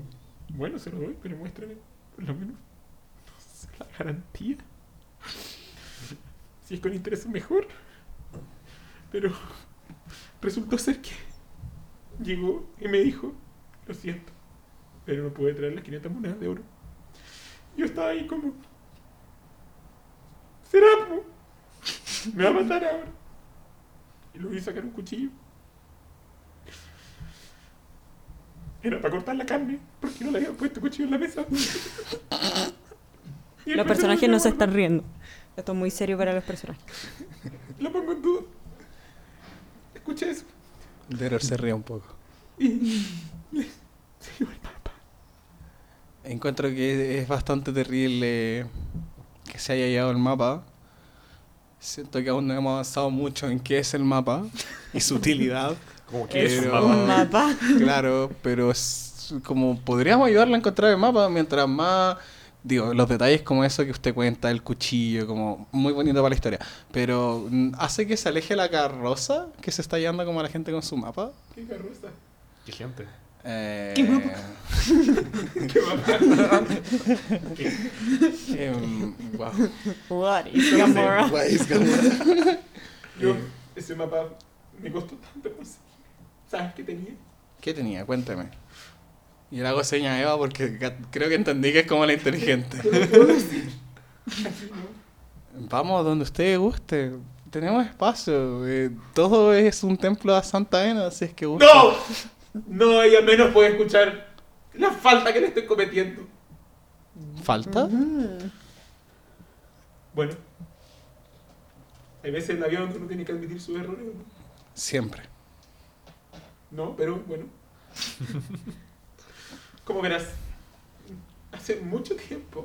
Speaker 2: bueno, se lo doy, pero muéstrame por lo menos no sé, la garantía. Si es con interés mejor. Pero resultó ser que llegó y me dijo, lo siento, pero no pude traer las 500 monedas de oro. Yo estaba ahí como, será, po? me va a matar ahora. Y lo vi sacar un cuchillo. Era para cortar la carne, porque no le había puesto cuchillo en la mesa. Y el
Speaker 10: Los
Speaker 2: personaje
Speaker 10: personajes no se
Speaker 2: guardó.
Speaker 10: están riendo. Esto es muy serio para los personajes.
Speaker 2: Lo pongo en duda. Escuché eso.
Speaker 3: Deror se ríe un poco.
Speaker 2: Y se llevó el mapa.
Speaker 3: Encuentro que es bastante terrible que se haya llevado el mapa. Siento que aún no hemos avanzado mucho en qué es el mapa y su utilidad.
Speaker 4: Como que es un
Speaker 3: Pero-
Speaker 4: mapa.
Speaker 10: Mapa.
Speaker 3: Claro, pero es como podríamos ayudarla a encontrar el mapa mientras más. Digo, los detalles como eso que usted cuenta, el cuchillo, como muy bonito para la historia. Pero mm, hace que se aleje la carroza que se está llevando como a la gente con su mapa.
Speaker 2: Qué carroza.
Speaker 4: Qué gente.
Speaker 3: Eh,
Speaker 10: ¿Qué mapa?
Speaker 3: em, guau.
Speaker 10: What is Gamora?
Speaker 3: Guau, es como-
Speaker 2: Yo, ese mapa me costó tanto conseguir. ¿Sabes qué tenía?
Speaker 3: ¿Qué tenía? Cuéntame. Y le hago seña a Eva porque ca- creo que entendí que es como la inteligente. Vamos donde usted guste. Tenemos espacio. eh, todo es un templo a Santa Ana, así es que gusta.
Speaker 2: ¡No! No, ella menos puede escuchar la falta que le estoy cometiendo.
Speaker 3: ¿Falta?
Speaker 2: Bueno. Hay veces en la vida donde uno tiene que admitir sus errores. ¿no?
Speaker 3: Siempre.
Speaker 2: No, pero bueno. Como verás, hace mucho tiempo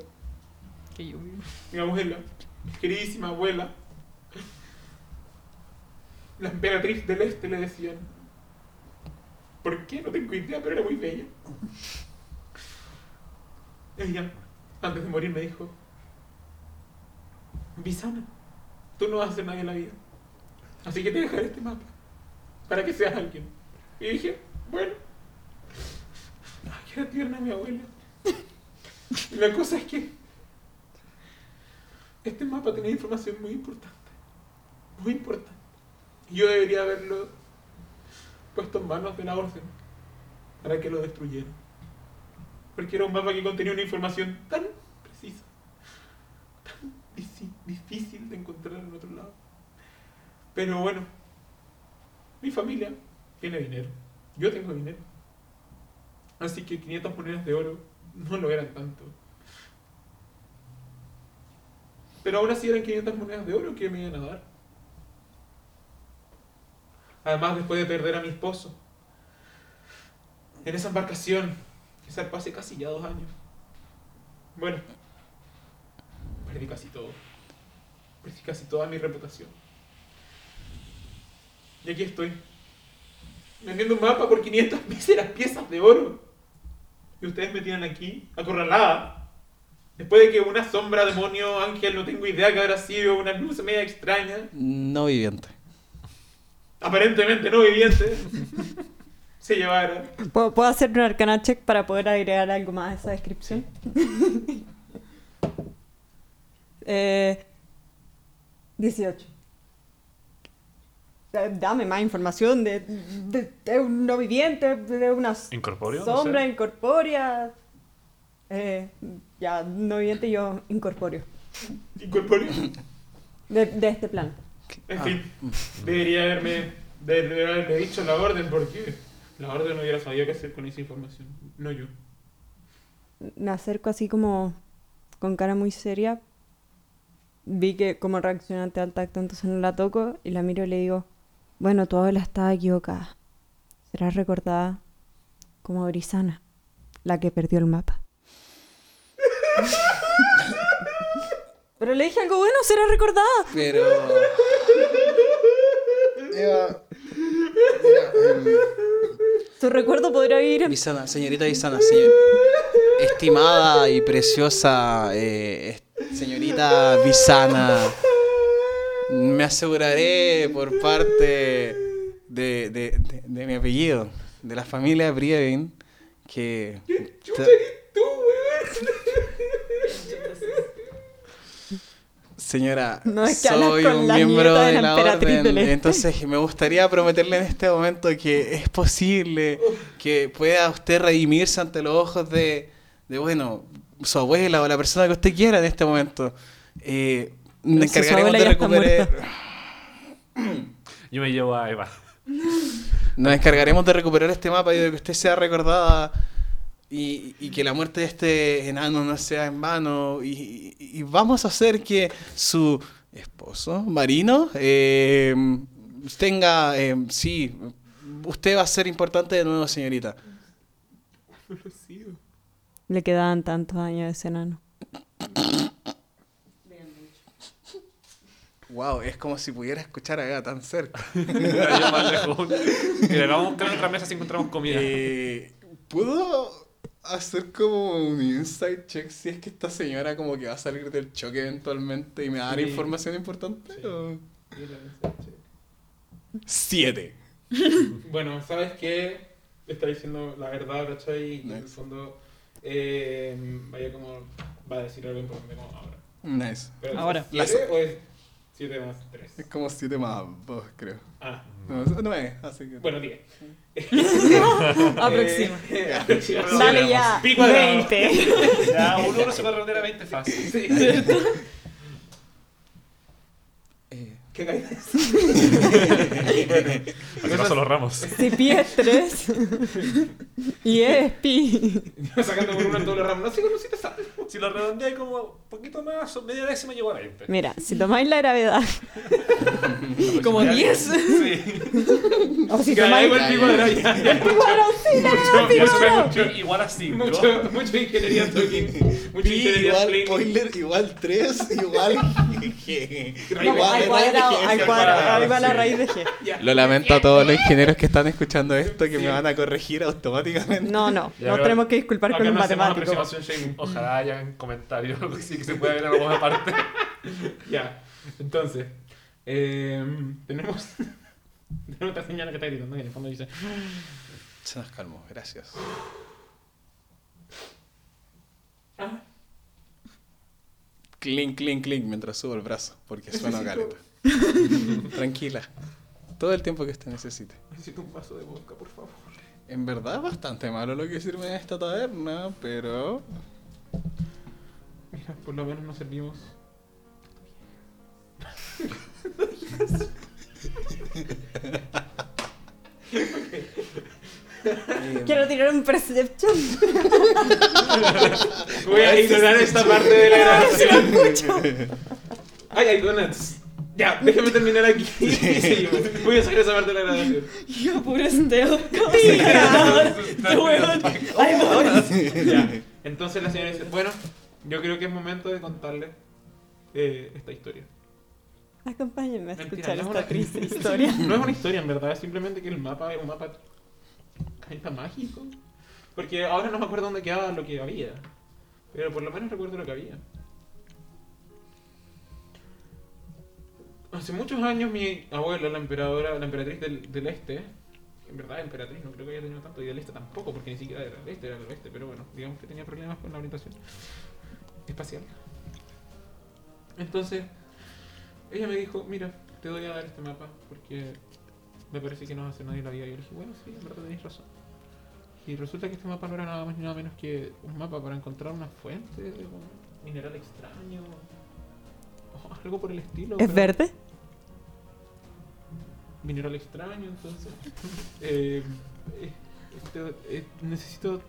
Speaker 6: Que yo vivo.
Speaker 2: mi abuela, mi queridísima abuela, la emperatriz del este le decían. ¿Por qué? No tengo idea, pero era muy bella. Ella, antes de morir, me dijo: Visana, tú no vas a ser nadie en la vida. Así que te dejaré este mapa para que seas alguien. Y dije: Bueno, ay, era tierna mi abuela. Y la cosa es que este mapa tenía información muy importante. Muy importante. Y Yo debería haberlo puesto en manos de la orden para que lo destruyeran. Porque era un mapa que contenía una información tan precisa, tan dici- difícil de encontrar en otro lado. Pero bueno, mi familia tiene dinero. Yo tengo dinero. Así que 500 monedas de oro no lo eran tanto. Pero ahora sí eran 500 monedas de oro que me iban a dar. Además, después de perder a mi esposo. En esa embarcación, que zarpó hace casi ya dos años. Bueno, perdí casi todo. Perdí casi toda mi reputación. Y aquí estoy. Vendiendo un mapa por 500 míseras piezas de oro. Y ustedes me tienen aquí, acorralada. Después de que una sombra, demonio, ángel, no tengo idea que habrá sido, una luz media extraña,
Speaker 3: No viviente.
Speaker 2: aparentemente no viviente, se llevara.
Speaker 10: ¿Puedo, puedo hacer un arcana check para poder agregar algo más a esa descripción? eh, 18. Eh, Dame más información de, de- de un no viviente, de una s-
Speaker 4: Incorpóreo. no sé.
Speaker 10: sombra incorpórea. Eh, ya, no viviente yo incorpóreo.
Speaker 2: Incorporé.
Speaker 12: Ah.
Speaker 10: De, de este plan.
Speaker 2: En fin, debería haberme, debería haberme dicho la orden porque la orden no hubiera sabido qué hacer con esa información. No yo.
Speaker 10: me acerco así como con cara muy seria. Vi que como reacciona ante al tacto, entonces no la toco y la miro y le digo, bueno, tu abuela estaba equivocada. Serás recordada como Brisana, la que perdió el mapa. Pero le dije algo bueno, será recordada.
Speaker 3: Pero. Eva. Mira,
Speaker 10: Su recuerdo podrá vivir
Speaker 3: em,
Speaker 10: en...
Speaker 3: Visana, señorita Visana, señor- estimada y preciosa eh, es- señorita Visana, me aseguraré por parte de, de- de- de mi apellido de la familia Brievin que... tra- Señora,
Speaker 10: No, es que hablas
Speaker 3: soy
Speaker 10: con
Speaker 3: un
Speaker 10: la
Speaker 3: miembro
Speaker 10: nieta
Speaker 3: de
Speaker 10: de la
Speaker 3: la,
Speaker 10: emperatriz
Speaker 3: orden,
Speaker 10: del Este.
Speaker 3: entonces me gustaría prometerle en este momento que es posible que pueda usted redimirse ante los ojos de, de, bueno, su abuela o la persona que usted quiera en este momento. Eh,
Speaker 10: Pero
Speaker 3: nos
Speaker 10: si su
Speaker 3: encargaremos
Speaker 10: abuela
Speaker 3: de
Speaker 10: ya está
Speaker 3: recuperar...
Speaker 4: Yo me llevo a Eva.
Speaker 3: Nos encargaremos de recuperar este mapa y de que usted sea recordada y, y que la muerte de este enano no sea en vano. Y, y- y vamos a hacer que su esposo, Marino, eh, tenga... eh, sí, usted va a ser importante de nuevo, señorita.
Speaker 10: Le quedaban tantos años de ese enano.
Speaker 3: Wow, es como si pudiera escuchar a Eva tan cerca.
Speaker 4: Yo más lejos. Mira, vamos a buscar otra mesa si encontramos comida.
Speaker 3: Eh, ¿Puedo hacer como un insight check si es que esta señora como que va a salir del choque eventualmente y me va a dar información importante? o? Siete.
Speaker 2: Bueno, ¿sabes qué? Está diciendo la verdad, ¿cachai? Y en el
Speaker 3: Nice.
Speaker 2: fondo, eh, vaya como, va a decir algo importante como ahora.
Speaker 3: Nice.
Speaker 2: Pero,
Speaker 6: Ahora.
Speaker 2: ¿es siete o es 7 más 3?
Speaker 3: Es como siete más dos, creo.
Speaker 2: Ah,
Speaker 3: No, es- no es, así que...
Speaker 2: bueno, 10.
Speaker 6: Aproxima.
Speaker 10: Dale ya.
Speaker 2: Pico de dragón.
Speaker 4: Ya, uno, uno se puede rendir a 20 fácil.
Speaker 3: Eh,
Speaker 2: ¿Qué caíste?
Speaker 4: Para que no son los ramos.
Speaker 10: Si pi es 3 y es pi.
Speaker 2: Sacando por una en doble ramo. No sé cómo si te sabes.
Speaker 4: Si lo redondeé como un poquito más, o media décima llegó a 20.
Speaker 10: Mira, si tomáis la gravedad. Como 10. O si
Speaker 2: Ya,
Speaker 10: tomáis.
Speaker 2: igual pico de dragón. ya, ya.
Speaker 10: Bueno, sí, la gravedad
Speaker 4: Yo soy
Speaker 10: pico.
Speaker 4: mucho- igual a 5.
Speaker 2: Mucho, mucho ingeniería talking. Mucho
Speaker 3: pi
Speaker 2: ingeniería
Speaker 3: igual
Speaker 2: planning.
Speaker 3: Euler igual 3, igual...
Speaker 10: Al cuadrado, al cuadrado. Ahí va la raíz de G.
Speaker 3: Lo lamento a todos los ingenieros que están escuchando esto que me van a corregir automáticamente.
Speaker 10: No, no.
Speaker 4: Ya,
Speaker 10: Nos
Speaker 4: pero-
Speaker 10: tenemos que disculpar
Speaker 4: Acá
Speaker 10: con un
Speaker 4: no hacemos
Speaker 10: matemático.
Speaker 4: aproximación, Shane. Ojalá hayan comentarios algo así que se pueda ver algo aparte.
Speaker 2: Ya, entonces, em, tenemos, tenemos otra señora que está gritando que en el fondo dice,
Speaker 3: Se nos calmó, gracias. Clink, clink, clink mientras subo el brazo, porque suena caleta. Tranquila. Todo el tiempo que usted necesite.
Speaker 2: necesito un vaso de vodka, por favor.
Speaker 3: En verdad, bastante malo lo que sirve en esta taberna, pero.
Speaker 2: Mira, por lo menos nos servimos.
Speaker 10: Quiero tirar un perception.
Speaker 2: Voy a ignorar esta parte de la grabación. Ay, hay donuts. Ya, déjame terminar aquí. Seguimos. Voy a sacar esa parte de la grabación.
Speaker 6: Yo puro stealth.
Speaker 2: Este
Speaker 6: weón.
Speaker 2: Oh, Ya. Entonces la señora dice, bueno, yo creo que es momento de contarles eh, esta historia.
Speaker 10: Acompáñenme a
Speaker 2: Mentira,
Speaker 10: escuchar
Speaker 2: no es
Speaker 10: esta
Speaker 2: una-
Speaker 10: triste historia.
Speaker 2: No es una historia, en verdad, es simplemente que el mapa es un mapa está mágico. Porque ahora no me acuerdo dónde quedaba lo que había. Pero por lo menos recuerdo lo que había. Hace muchos años mi abuela, la emperadora, la emperatriz del, del este, en verdad emperatriz, no creo que haya tenido tanto, y del este tampoco, porque ni siquiera era del este, era del oeste, pero bueno, digamos que tenía problemas con la orientación espacial. Entonces, ella me dijo, mira, te doy a dar este mapa porque me parece que no hace nadie la vida. Y yo le dije, bueno, sí, en verdad tenéis razón. Y resulta que este mapa no era nada más ni nada menos que un mapa para encontrar una fuente, de un mineral extraño, o algo por el estilo.
Speaker 10: ¿Es
Speaker 2: pero-
Speaker 10: verde?
Speaker 2: mineral extraño, entonces. Eh, eh, este, eh, necesito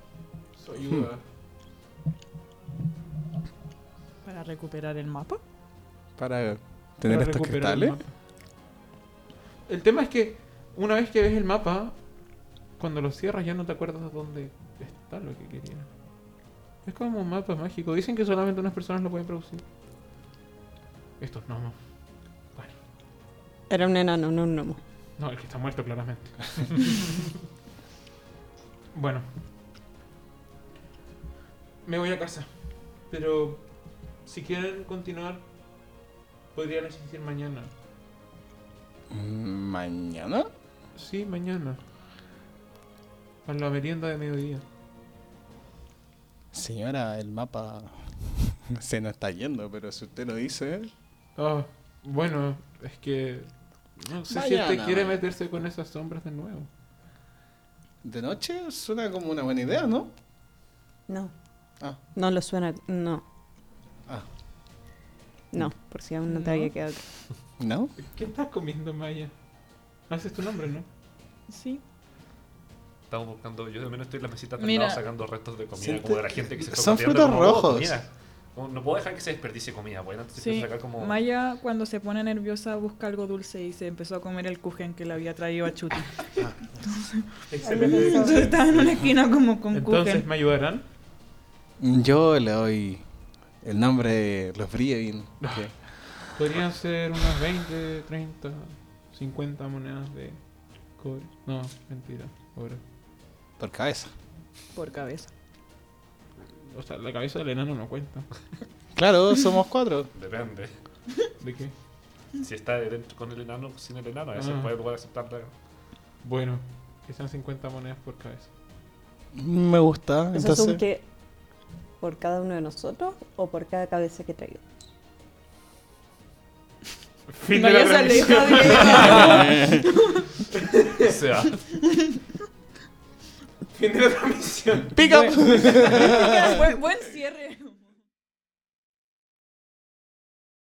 Speaker 2: su ayuda.
Speaker 6: Para recuperar el mapa.
Speaker 3: Para tener
Speaker 2: para
Speaker 3: estos
Speaker 2: recuperar el
Speaker 3: cristales.
Speaker 2: mapa. El tema es que una vez que ves el mapa, cuando lo cierras ya no te acuerdas dónde está lo que querías. Es como un mapa mágico. Dicen que solamente unas personas lo pueden producir. Estos gnomos. Bueno,
Speaker 10: Era un enano, no un gnomo.
Speaker 2: no, el que está muerto claramente. bueno. Me voy a casa. Pero si quieren continuar, podrían asistir mañana.
Speaker 3: Mm, ¿Mañana?
Speaker 2: Sí, mañana.
Speaker 12: Para la merienda de mediodía.
Speaker 3: Señora, el mapa se nos está yendo, pero si usted lo dice...
Speaker 12: Ah, bueno, es que. No sé si
Speaker 3: Mañana.
Speaker 12: usted quiere meterse con esas sombras de nuevo.
Speaker 3: De noche suena como una buena idea, ¿no?
Speaker 10: No.
Speaker 3: Ah.
Speaker 10: No lo suena. No.
Speaker 3: Ah.
Speaker 10: No, por si aún no te
Speaker 12: No.
Speaker 10: había quedado.
Speaker 3: ¿No?
Speaker 12: ¿Qué estás comiendo, Maya? Haces tu nombre, ¿no?
Speaker 6: Sí.
Speaker 4: Estamos buscando, yo al menos estoy en la mesita
Speaker 6: Mira.
Speaker 4: tratando sacando restos de comida,
Speaker 3: Siento
Speaker 4: como de la gente que se está
Speaker 3: son
Speaker 4: comiendo,
Speaker 3: frutos
Speaker 4: como, oh,
Speaker 3: rojos.
Speaker 4: comida. Como, no puedo dejar que se desperdicie comida, bueno, entonces
Speaker 6: Sí.
Speaker 4: empiezo a sacar como...
Speaker 6: Maya cuando se pone nerviosa busca algo dulce y se empezó a comer el kuchen que le había traído a Chuti.
Speaker 12: Excelente.
Speaker 6: Entonces estaba en una esquina como con
Speaker 12: Entonces,
Speaker 6: kuchen.
Speaker 12: ¿me ayudarán?
Speaker 3: Yo le doy el nombre de los Brievin. que-
Speaker 12: Podrían ser unas 20, 30, 50 monedas de cobre. No, mentira. Ahora.
Speaker 3: por cabeza.
Speaker 6: Por cabeza.
Speaker 12: O sea, la cabeza del enano no cuenta.
Speaker 3: Claro, somos cuatro.
Speaker 4: Depende.
Speaker 12: ¿De qué?
Speaker 4: Si está de dentro- con el enano o sin el enano, a veces
Speaker 12: Ah.
Speaker 4: puede, puede aceptar la-
Speaker 12: Bueno, que sean 50 monedas por cabeza.
Speaker 3: Me gusta.
Speaker 10: Eso es un que. ¿Por cada uno de nosotros o por cada cabeza que traigo?
Speaker 12: Fin de la
Speaker 6: Maya se
Speaker 12: revisión.
Speaker 6: aleja de
Speaker 4: O sea,
Speaker 12: Fin de la transmisión.
Speaker 3: Pick up.
Speaker 6: buen, buen cierre.